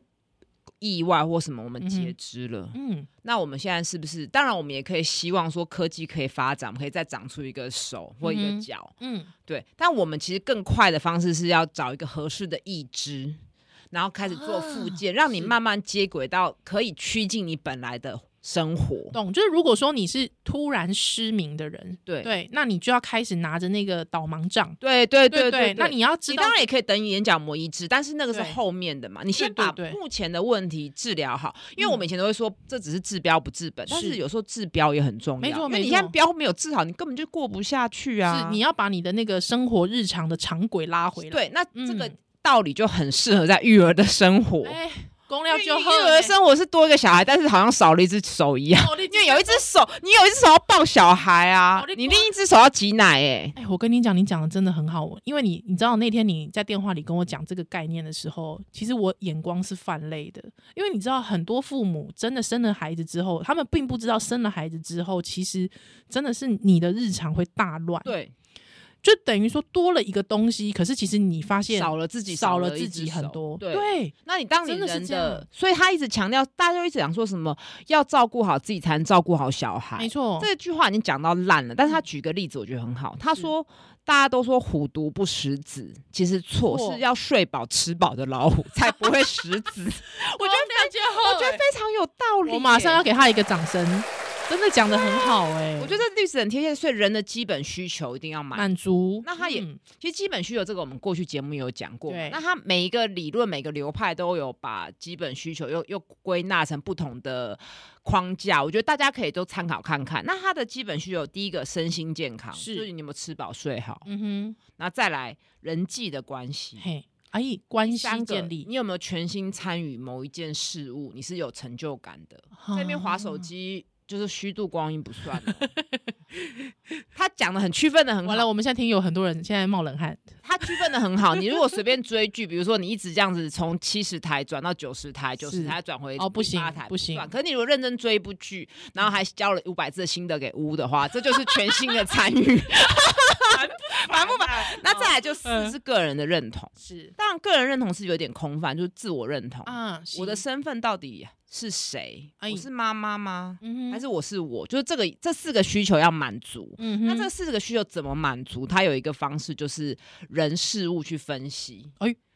[SPEAKER 1] 意外或什么，我们截肢了，
[SPEAKER 2] 嗯，
[SPEAKER 1] 那我们现在是不是？当然，我们也可以希望说科技可以发展，我们可以再长出一个手或一
[SPEAKER 2] 嗯
[SPEAKER 1] 个
[SPEAKER 2] 哼
[SPEAKER 1] 脚。
[SPEAKER 2] 嗯，
[SPEAKER 1] 对，但我们其实更快的方式是要找一个合适的义肢，然后开始做复健，让你
[SPEAKER 2] 啊是
[SPEAKER 1] 慢慢接轨到可以趋近你本来的生活。
[SPEAKER 2] 懂，就是如果说你是突然失明的人，
[SPEAKER 1] 对
[SPEAKER 2] 对，那你就要开始拿着那个导盲杖，
[SPEAKER 1] 对对
[SPEAKER 2] 对
[SPEAKER 1] 对对，
[SPEAKER 2] 那你要知
[SPEAKER 1] 你
[SPEAKER 2] 道
[SPEAKER 1] 当然也可以等眼角膜移植，但是那个是
[SPEAKER 2] 对
[SPEAKER 1] 后面的嘛。你先
[SPEAKER 2] 对
[SPEAKER 1] 把
[SPEAKER 2] 对嗯
[SPEAKER 1] 目前的问题治疗好，因为我们以前都会说这只是治标不治本，但
[SPEAKER 2] 是
[SPEAKER 1] 是有时候治标也很重要。
[SPEAKER 2] 没错
[SPEAKER 1] 因为
[SPEAKER 2] 没
[SPEAKER 1] 你
[SPEAKER 2] 错
[SPEAKER 1] 看标没有治好，你根本就过不下去啊。
[SPEAKER 2] 是你要把你的那个生活日常的常轨拉回来。
[SPEAKER 1] 对，那这个
[SPEAKER 2] 嗯
[SPEAKER 1] 道理就很适合在育儿的生活。
[SPEAKER 2] 哎，公料
[SPEAKER 1] 因为
[SPEAKER 2] 就
[SPEAKER 1] 育
[SPEAKER 2] 喝
[SPEAKER 1] 儿生活是多一个小孩，但是好像少了一只手一
[SPEAKER 2] *laughs*
[SPEAKER 1] 样。
[SPEAKER 2] 因
[SPEAKER 1] 因为有一只手，你有一只手要抱小孩啊
[SPEAKER 2] 哦
[SPEAKER 1] 你
[SPEAKER 2] 你，
[SPEAKER 1] 另一只手要挤奶哎、
[SPEAKER 2] 哎，我跟你讲，你讲的真的很好，因为你你知道那天你在电话里跟我讲这个概念的时候，其实我眼光是泛泪的，因为你知道很多父母真的生了孩子之后，他们并不知道生了孩子之后，其实真的是你的日常会大乱，，
[SPEAKER 1] 对，
[SPEAKER 2] 就等于说多了一个东西，可是其实你发现
[SPEAKER 1] 少了自己，
[SPEAKER 2] 少了
[SPEAKER 1] 一
[SPEAKER 2] 自
[SPEAKER 1] 只
[SPEAKER 2] 己很
[SPEAKER 1] 手
[SPEAKER 2] 多，
[SPEAKER 1] 对。那你当你
[SPEAKER 2] 真的
[SPEAKER 1] 人
[SPEAKER 2] 是
[SPEAKER 1] 的，
[SPEAKER 2] 这样
[SPEAKER 1] 所以他一直强调，大家就一直讲说什么要照顾好自己，才能照顾好小
[SPEAKER 2] 没
[SPEAKER 1] 孩。
[SPEAKER 2] 错，
[SPEAKER 1] 哎
[SPEAKER 2] 嗯
[SPEAKER 1] 这句话已经讲到烂了，但是他举个例子，我觉得很好。他说，大家都说虎毒不食子，其实错，
[SPEAKER 2] 错
[SPEAKER 1] 是要睡饱吃饱的老虎才不会食
[SPEAKER 2] *laughs*
[SPEAKER 1] 子。我觉得，
[SPEAKER 2] 了解后，
[SPEAKER 1] 我觉得非常有道理耶。
[SPEAKER 2] 我马上要给他一个掌声，真的讲的很好哎、
[SPEAKER 1] 我觉得这例子很贴切，所以人的基本需求一定要满
[SPEAKER 2] 满足，
[SPEAKER 1] 那他也
[SPEAKER 2] 嗯
[SPEAKER 1] 其实基本需求这个我们过去节目也有讲过嘛
[SPEAKER 2] 对，
[SPEAKER 1] 那它每一个理论、每个流派都有把基本需求又又归纳成不同的框架，我觉得大家可以都参考看看。那它的基本需求，第一个身心健康，
[SPEAKER 2] 是
[SPEAKER 1] 就是你有没有吃饱睡好，
[SPEAKER 2] 嗯
[SPEAKER 1] 那再来人际的关系
[SPEAKER 2] 哼，。嘿，阿姨关
[SPEAKER 1] 嗯第
[SPEAKER 2] 系
[SPEAKER 1] 三个
[SPEAKER 2] 建，立，
[SPEAKER 1] 你有没有全心参与某一件事物？你是有成就感的。在那边划手
[SPEAKER 2] 啊
[SPEAKER 1] 机就是虚度光阴不算哦、 *laughs* 他讲的很区分的很好
[SPEAKER 2] 完了，，我们现在听有很多人现在冒冷汗，
[SPEAKER 1] 它区分的很好。你如果随便追剧，比如说你一直这样子从七十台转到九十台，九
[SPEAKER 2] 是
[SPEAKER 1] 十台转回
[SPEAKER 2] 哦不行
[SPEAKER 1] 58台
[SPEAKER 2] 不行
[SPEAKER 1] 算可是你如果认真追一部剧，然后还交了五百字的心得给乌的话，这就是全新的参
[SPEAKER 2] *laughs*
[SPEAKER 1] 与。
[SPEAKER 2] 烦不烦？
[SPEAKER 1] 那再来就四
[SPEAKER 2] 嗯
[SPEAKER 1] 是个人的认同，
[SPEAKER 2] 是
[SPEAKER 1] 当然个人认同是有点空泛，就是自我认同。
[SPEAKER 2] 啊，行
[SPEAKER 1] 我的，身份到底是谁？
[SPEAKER 2] 哎
[SPEAKER 1] 我是妈妈吗？
[SPEAKER 2] 嗯哼
[SPEAKER 1] 还是我是我？就是这个这四个需求要满足。
[SPEAKER 2] 嗯哼，
[SPEAKER 1] 那这四个需求怎么满足？它有一个方式，就是人事物去分析。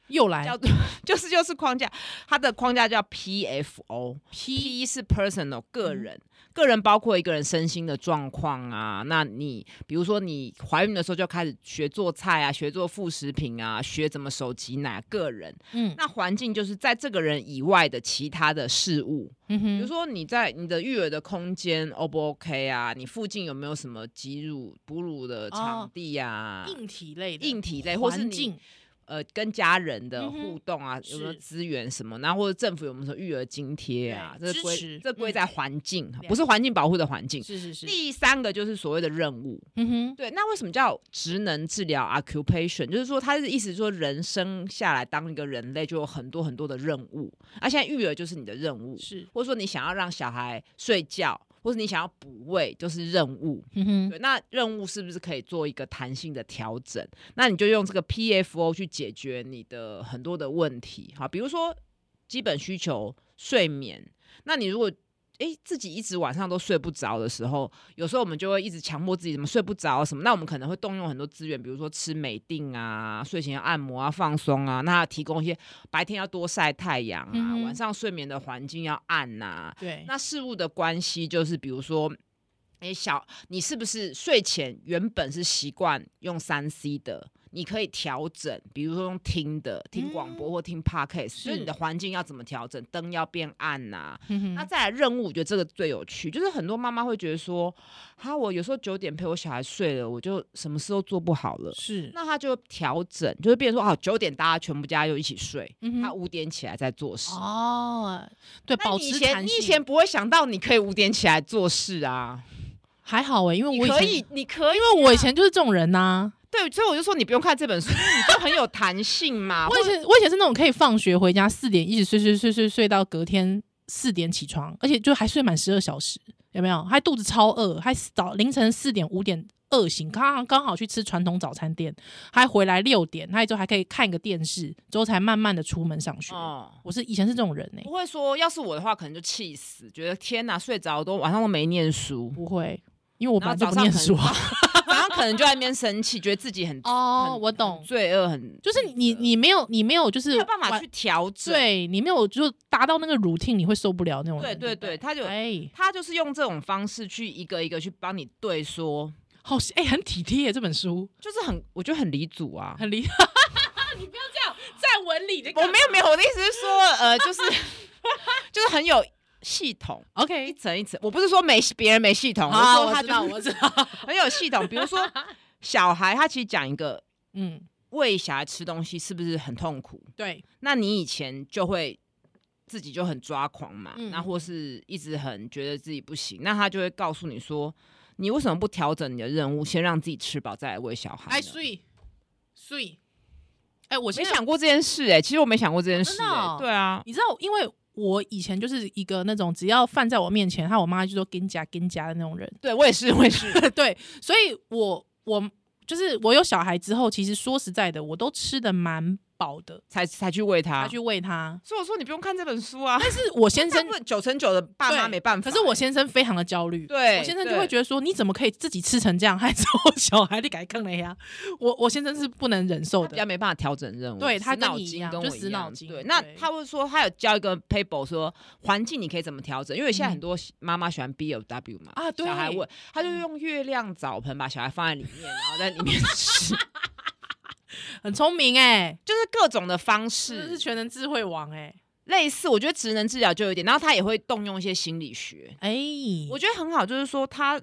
[SPEAKER 2] 又来
[SPEAKER 1] 叫 *laughs* 就是就是框架，它的框架叫 PFO。
[SPEAKER 2] P，嗯
[SPEAKER 1] P 是 personal 个人，个人包括一个人身心的状况啊。那你比如说你怀孕的时候就开始学做菜啊，学做副食品啊，学怎么手挤奶，个人。
[SPEAKER 2] 嗯
[SPEAKER 1] 那环境就是在这个人以外的其他的事物，
[SPEAKER 2] 嗯
[SPEAKER 1] 比如
[SPEAKER 2] 哼，
[SPEAKER 1] 说你在你的育儿的空间 O 不 OK 啊？你附近有没有什么挤乳哺乳的
[SPEAKER 2] 哦
[SPEAKER 1] 场地啊？
[SPEAKER 2] 硬体类的
[SPEAKER 1] 硬体类，或是
[SPEAKER 2] 环
[SPEAKER 1] 你
[SPEAKER 2] 境，
[SPEAKER 1] 呃跟家人的
[SPEAKER 2] 嗯哼
[SPEAKER 1] 互动啊，有没有
[SPEAKER 2] 是
[SPEAKER 1] 资源什么？然后或者政府有没有什么育儿津贴啊？
[SPEAKER 2] 对
[SPEAKER 1] 这
[SPEAKER 2] 支
[SPEAKER 1] 是归
[SPEAKER 2] 持
[SPEAKER 1] 这归
[SPEAKER 2] 嗯
[SPEAKER 1] 在环境，
[SPEAKER 2] 解
[SPEAKER 1] 不是环境保护的环境。
[SPEAKER 2] 是是是，
[SPEAKER 1] 第三个就是所谓的任务，
[SPEAKER 2] 嗯哼，
[SPEAKER 1] 对，那为什么叫职能治疗 （occupation）？就是说，它是意思说，人生下来当一个人类，就有很多很多的任务，而、现在育儿就是你的任务，
[SPEAKER 2] 是，
[SPEAKER 1] 或者说你想要让小孩睡觉，或者你想要补喂，就是任务。
[SPEAKER 2] 嗯哼，
[SPEAKER 1] 对，那任务是不是可以做一个弹性的调整？那你就用这个 PFO 去解决你的很多的问题，好，比如说基本需求睡眠。那你如果诶自己一直晚上都睡不着的时候，有时候我们就会一直强迫自己怎么睡不着什么，那我们可能会动用很多资源，比如说吃美定啊、睡前按摩啊、放松啊，那提供一些白天要多晒太阳啊，
[SPEAKER 2] 嗯哼
[SPEAKER 1] 晚上睡眠的环境要暗啊呐、
[SPEAKER 2] 对，
[SPEAKER 1] 那事物的关系就是，比如说，诶，小，你是不是睡前原本是习惯用三 C 的？你可以调整，比如说用听的，听广播
[SPEAKER 2] 嗯
[SPEAKER 1] 或听 podcast，、就是
[SPEAKER 2] 是
[SPEAKER 1] 你的环境要怎么调整，灯要变暗呐、
[SPEAKER 2] 嗯哼
[SPEAKER 1] 那再来任务，我觉得这个最有趣，就是很多妈妈会觉得说，哈，我有时候九点陪我小孩睡了，我就什么事都做不好了。
[SPEAKER 2] 是，
[SPEAKER 1] 那他就调整，就是变成说，哦，九点大家全部家就一起睡，
[SPEAKER 2] 嗯
[SPEAKER 1] 他
[SPEAKER 2] 哼，
[SPEAKER 1] 五点起来再做事。
[SPEAKER 2] 哦，对，
[SPEAKER 1] 那
[SPEAKER 2] 保
[SPEAKER 1] 你以
[SPEAKER 2] 持
[SPEAKER 1] 前
[SPEAKER 2] 弹
[SPEAKER 1] 你以
[SPEAKER 2] 性，
[SPEAKER 1] 前不会想到你可以五点起来做事啊？
[SPEAKER 2] 还好哎，因为
[SPEAKER 1] 你
[SPEAKER 2] 我
[SPEAKER 1] 可
[SPEAKER 2] 以前
[SPEAKER 1] 以，你可以，因
[SPEAKER 2] 因为我以前就是这种人呐、
[SPEAKER 1] 对，所以我就说你不用看这本书，因为你就很有弹性嘛。
[SPEAKER 2] 我以前我以前是那种可以放学回家四点一直睡睡睡睡睡到隔天四点起床，而且就还睡满十二小时，有没有？还肚子超饿，还早凌晨四点五点饿醒，刚刚好去吃传统早餐店，还回来六点，那之后还可以看个电视，之后才慢慢的出门上学。
[SPEAKER 1] 哦，
[SPEAKER 2] 我是以前是这种人呢、
[SPEAKER 1] 不会说，要是我的话，可能就气死，觉得天哪，睡着都晚上都没念书，
[SPEAKER 2] 不会，因为我本
[SPEAKER 1] 然
[SPEAKER 2] 来
[SPEAKER 1] 后早
[SPEAKER 2] 就不
[SPEAKER 1] 上
[SPEAKER 2] 念
[SPEAKER 1] 可能
[SPEAKER 2] *laughs* 书啊，
[SPEAKER 1] 早上后可能就在那边生气，觉得自己很
[SPEAKER 2] 哦
[SPEAKER 1] 很，
[SPEAKER 2] 我懂，
[SPEAKER 1] 罪恶，很
[SPEAKER 2] 就是你你没有你没有就是
[SPEAKER 1] 没有办法
[SPEAKER 2] 完
[SPEAKER 1] 去调整。
[SPEAKER 2] 对你没有就达到那个 routine，你会受不了那种
[SPEAKER 1] 对
[SPEAKER 2] 人。
[SPEAKER 1] 对
[SPEAKER 2] 对
[SPEAKER 1] 对，
[SPEAKER 2] 不
[SPEAKER 1] 他就
[SPEAKER 2] 哎，
[SPEAKER 1] 他就是用这种方式去一个一个去帮你对说，
[SPEAKER 2] 好哎，很体贴这本 *laughs* 书，
[SPEAKER 1] 就是很我觉得很离组啊。
[SPEAKER 2] 很厉害。你不要这样，在文理的
[SPEAKER 1] *laughs* 我没有没有，我的意思是说，呃，就是 *laughs* 就是很有系统，一
[SPEAKER 2] OK。
[SPEAKER 1] 层一层。我不是说没别人没系统，我是
[SPEAKER 2] 好，
[SPEAKER 1] 说
[SPEAKER 2] 我
[SPEAKER 1] 他
[SPEAKER 2] 知道，
[SPEAKER 1] 就
[SPEAKER 2] 我知道。
[SPEAKER 1] *laughs* 很有系统。比
[SPEAKER 2] *laughs*
[SPEAKER 1] 如说小孩，他其实讲一个
[SPEAKER 2] 嗯，
[SPEAKER 1] 喂小孩吃东西是不是很痛苦？
[SPEAKER 2] 对，
[SPEAKER 1] 那你以前就会自己就很抓狂嘛，
[SPEAKER 2] 嗯
[SPEAKER 1] 那或是一直很觉得自己不行，那他就会告诉你说，你为什么不调整你的任务，先让自己吃饱再来喂小孩呢？
[SPEAKER 2] 哎，所以，所以，哎，我
[SPEAKER 1] 我没
[SPEAKER 2] 现在
[SPEAKER 1] 想过这件事哎、其实我没想过这件事
[SPEAKER 2] 真
[SPEAKER 1] 哎、
[SPEAKER 2] 的哦
[SPEAKER 1] 对啊，
[SPEAKER 2] 你知道，因为我以前就是一个那种只要饭在我面前，他我妈就说跟夹跟夹的那种人。
[SPEAKER 1] 对我也是，我也是，
[SPEAKER 2] *laughs* 对，所以我我就是我有小孩之后，其实说实在的，我都吃的蛮饱的，
[SPEAKER 1] 才才去喂他
[SPEAKER 2] 他。去喂他。
[SPEAKER 1] 所以我说你不用看这本书啊，
[SPEAKER 2] 但是我先 *laughs*
[SPEAKER 1] 真
[SPEAKER 2] 生
[SPEAKER 1] 的九成九的爸妈
[SPEAKER 2] 对
[SPEAKER 1] 没办法、欸
[SPEAKER 2] 可是我先生非常的焦虑。
[SPEAKER 1] 对
[SPEAKER 2] 我先生就会
[SPEAKER 1] 对
[SPEAKER 2] 觉得说，你怎么可以自己吃成这样，还之后小孩你改坑了呀？我我先生是不能忍受
[SPEAKER 1] 他比较
[SPEAKER 2] 的。
[SPEAKER 1] 没办法调整任务，
[SPEAKER 2] 对他
[SPEAKER 1] 死脑
[SPEAKER 2] 跟你一
[SPEAKER 1] 筋
[SPEAKER 2] 样
[SPEAKER 1] 跟我
[SPEAKER 2] 就
[SPEAKER 1] 一
[SPEAKER 2] 死脑
[SPEAKER 1] 样
[SPEAKER 2] 筋
[SPEAKER 1] 对，
[SPEAKER 2] 对
[SPEAKER 1] 那他会说他有教一个 paper 说环境你可以怎么调整，因为现在很多妈妈喜欢 B O W 嘛
[SPEAKER 2] 嗯啊对
[SPEAKER 1] 小孩问他就用月亮澡盆把小孩放在里面，然后在里面吃， *laughs*
[SPEAKER 2] 很聪明哎、
[SPEAKER 1] 就是各种的方
[SPEAKER 2] 真的
[SPEAKER 1] 式
[SPEAKER 2] 是全能智慧王哎、
[SPEAKER 1] 类似，我觉得职能治疗就有点，然后他也会动用一些心理学，
[SPEAKER 2] 哎、
[SPEAKER 1] 我觉得很好，就是说他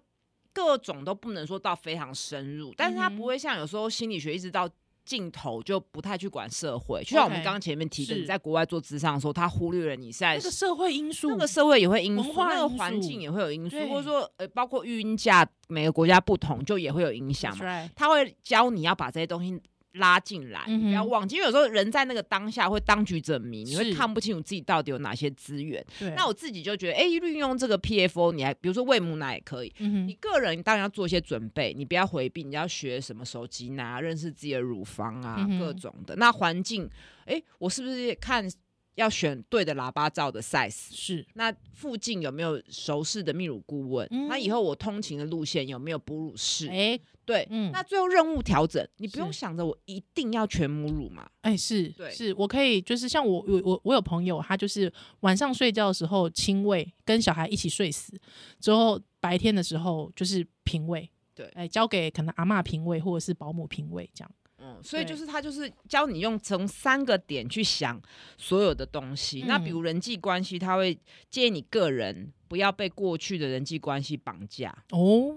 [SPEAKER 1] 各种都不能说到非常深入，但是他
[SPEAKER 2] 嗯哼
[SPEAKER 1] 不会像有时候心理学一直到尽头就不太去管社会，就像我们
[SPEAKER 2] OK，
[SPEAKER 1] 刚刚前面提的，
[SPEAKER 2] 是
[SPEAKER 1] 你在国外做智商的时候，他忽略了你在
[SPEAKER 2] 那个社会因素，
[SPEAKER 1] 那个社会也会因素，
[SPEAKER 2] 文化
[SPEAKER 1] 那个
[SPEAKER 2] 因
[SPEAKER 1] 环
[SPEAKER 2] 素
[SPEAKER 1] 境也会有因素，
[SPEAKER 2] 对
[SPEAKER 1] 或者说呃，包括育婴假，每个国家不同，就也会有影响
[SPEAKER 2] That's
[SPEAKER 1] 嘛。
[SPEAKER 2] right
[SPEAKER 1] 他会教你要把这些东西。拉进来，你不要
[SPEAKER 2] 嗯哼
[SPEAKER 1] 忘记，因为有时候人在那个当下会当局者迷，你会
[SPEAKER 2] 是
[SPEAKER 1] 看不清楚自己到底有哪些资源。
[SPEAKER 2] 对，
[SPEAKER 1] 那我自己就觉得，哎、运用这个 PFO，你还比如说喂母奶也可以，
[SPEAKER 2] 嗯
[SPEAKER 1] 你
[SPEAKER 2] 哼，
[SPEAKER 1] 个人当然要做一些准备，你不要回避，你要学什么手机拿，认识自己的乳房啊，
[SPEAKER 2] 嗯哼
[SPEAKER 1] 各种的。那环境，哎、我是不是也看要选对的喇叭罩的 size？
[SPEAKER 2] 是
[SPEAKER 1] 那附近有没有熟识的泌乳顾问？
[SPEAKER 2] 嗯
[SPEAKER 1] 那以后我通勤的路线有没有哺乳室？
[SPEAKER 2] 哎
[SPEAKER 1] 对，
[SPEAKER 2] 嗯
[SPEAKER 1] 那最后任务调整，你不用
[SPEAKER 2] 是
[SPEAKER 1] 想着我一定要全母乳嘛。
[SPEAKER 2] 哎、是
[SPEAKER 1] 对
[SPEAKER 2] 是，我可以就是像我我我我有朋友，他就是晚上睡觉的时候亲喂，跟小孩一起睡死，之后白天的时候就是平喂，
[SPEAKER 1] 对
[SPEAKER 2] 哎、交给可能阿嬷平喂或者是保姆平喂这样，
[SPEAKER 1] 嗯，所以
[SPEAKER 2] 对
[SPEAKER 1] 就是他就是教你用从三个点去想所有的东西。那
[SPEAKER 2] 嗯
[SPEAKER 1] 比如人际关系，他会建议你个人不要被过去的人际关系绑架。
[SPEAKER 2] 哦，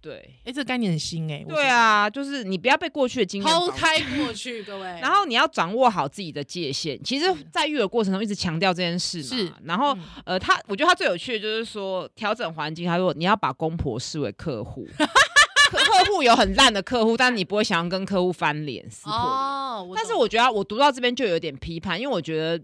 [SPEAKER 1] 对，
[SPEAKER 2] 哎、这个概念很新哎、我
[SPEAKER 1] 对啊，就是你不要被过去的经
[SPEAKER 2] 觉
[SPEAKER 1] 验
[SPEAKER 2] 得，抛
[SPEAKER 1] 绑架
[SPEAKER 2] 开过去 *laughs* 各位，
[SPEAKER 1] 然后你要掌握好自己的界限。其实
[SPEAKER 2] 是，
[SPEAKER 1] 在育儿过程中一直强调这件事嘛。
[SPEAKER 2] 嗯是
[SPEAKER 1] 然后、
[SPEAKER 2] 嗯
[SPEAKER 1] 呃，他我觉得他最有趣的就是说调整环境，他说你要把公婆视为客
[SPEAKER 2] *laughs*
[SPEAKER 1] 户。客客户有很烂的客户，但你不会想要跟客户翻脸撕破脸。
[SPEAKER 2] 哦，
[SPEAKER 1] 但是
[SPEAKER 2] 懂
[SPEAKER 1] 我觉得我读到这边就有点批判，因为我觉得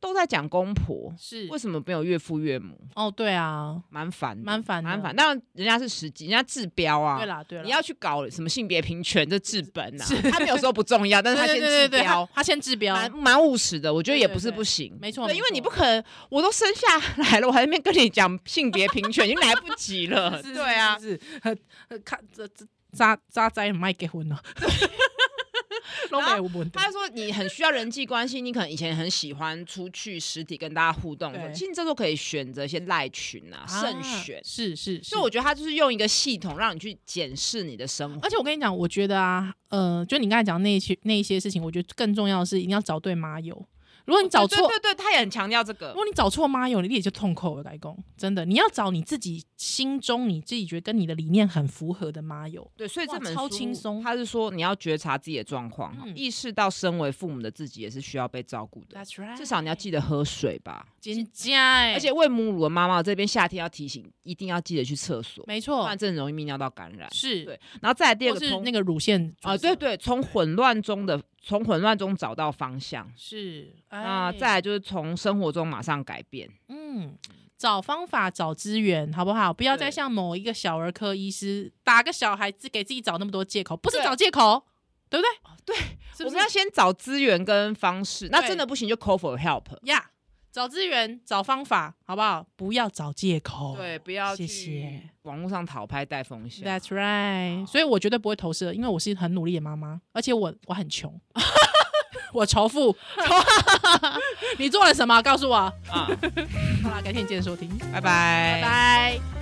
[SPEAKER 1] 都在讲公婆，
[SPEAKER 2] 是
[SPEAKER 1] 为什么没有岳父岳母？
[SPEAKER 2] 哦，对啊，
[SPEAKER 1] 蛮烦的，
[SPEAKER 2] 蛮烦的
[SPEAKER 1] 蛮烦。当然人家是实际，人家治标啊。
[SPEAKER 2] 对啦对啦，
[SPEAKER 1] 你要去搞什么性别平权，这治本呐、
[SPEAKER 2] 是
[SPEAKER 1] 他们有时候不重要，但
[SPEAKER 2] 对
[SPEAKER 1] 是他先
[SPEAKER 2] 对
[SPEAKER 1] 治
[SPEAKER 2] 对对，他
[SPEAKER 1] 标，
[SPEAKER 2] 他先治标，
[SPEAKER 1] 蛮蛮务实的，我觉得也不是不行。
[SPEAKER 2] 没错，
[SPEAKER 1] 对，因为
[SPEAKER 2] 没
[SPEAKER 1] 你
[SPEAKER 2] 错
[SPEAKER 1] 不可能，我都生下来了，我还在那边跟你讲性别平权，已经来不及了。
[SPEAKER 2] *laughs* 是
[SPEAKER 1] 对啊，
[SPEAKER 2] 是是是呃看这这渣渣仔唔爱结
[SPEAKER 1] *laughs*
[SPEAKER 2] 婚咯，拢
[SPEAKER 1] 然后
[SPEAKER 2] 没有问题
[SPEAKER 1] 他。就说你很需要人际关系，你可能以前很喜欢出去实体跟大家互动的时候，
[SPEAKER 2] 对
[SPEAKER 1] 其实你这时候可以选择一些赖群啊、慎选
[SPEAKER 2] 啊。是是是
[SPEAKER 1] 所以，我觉得他就是用一个系统让你去检视你的生活。
[SPEAKER 2] 而且我跟你讲，我觉得啊，呃，就你刚才讲那一些那一些事情，我觉得更重要的是一定要找对妈友。如果你找错，
[SPEAKER 1] 对对对，对他也很强调这个
[SPEAKER 2] 如。果你找错妈友，你也就痛苦了。来公，真的，你要找你自己心中你自己觉得跟你的理念很符合的妈友。
[SPEAKER 1] 对，所以这
[SPEAKER 2] 哇
[SPEAKER 1] 本
[SPEAKER 2] 超
[SPEAKER 1] 书
[SPEAKER 2] 轻松
[SPEAKER 1] 他是说你要觉察自己的状况，
[SPEAKER 2] 嗯
[SPEAKER 1] 意识到身为父母的自己也是需要被照顾的。
[SPEAKER 2] That's right，
[SPEAKER 1] 至少你要记得喝水吧，
[SPEAKER 2] 真加哎，
[SPEAKER 1] 而且喂母乳的妈妈这边夏天要提醒，一定要记得去厕所，
[SPEAKER 2] 没
[SPEAKER 1] 不
[SPEAKER 2] 错
[SPEAKER 1] 然，真的容易泌尿道感染。
[SPEAKER 2] 是
[SPEAKER 1] 对，然后再来第二
[SPEAKER 2] 或
[SPEAKER 1] 个
[SPEAKER 2] 是
[SPEAKER 1] 通
[SPEAKER 2] 那个哦乳腺
[SPEAKER 1] 啊、
[SPEAKER 2] 阻塞
[SPEAKER 1] 对对，从混乱中的从混乱中找到方向。
[SPEAKER 2] 是
[SPEAKER 1] 那、
[SPEAKER 2] 哎
[SPEAKER 1] 再来就是从生活中马上改变，
[SPEAKER 2] 嗯，找方法，找资源，好不好？不要再
[SPEAKER 1] 对
[SPEAKER 2] 像某一个小儿科医师打个小孩子，给自己找那么多借口，不是
[SPEAKER 1] 对
[SPEAKER 2] 找借口，对不哦对？
[SPEAKER 1] 对，
[SPEAKER 2] 是
[SPEAKER 1] 我
[SPEAKER 2] 不是
[SPEAKER 1] 们要先找资源跟方式。那真的不行就 call for help。
[SPEAKER 2] 呀找资源，找方法，好不好？不要找借口。
[SPEAKER 1] 对，不要
[SPEAKER 2] 哦谢
[SPEAKER 1] 去
[SPEAKER 2] 谢。
[SPEAKER 1] 网络上讨拍带风险。
[SPEAKER 2] That's right，所以我绝对不会投射，因为我是很努力的妈妈，而且我我很穷，我仇富。你做了什么？告诉我。
[SPEAKER 1] 啊， *laughs*
[SPEAKER 2] 好了，感谢你今天的收听，
[SPEAKER 1] 拜拜，拜
[SPEAKER 2] 拜拜。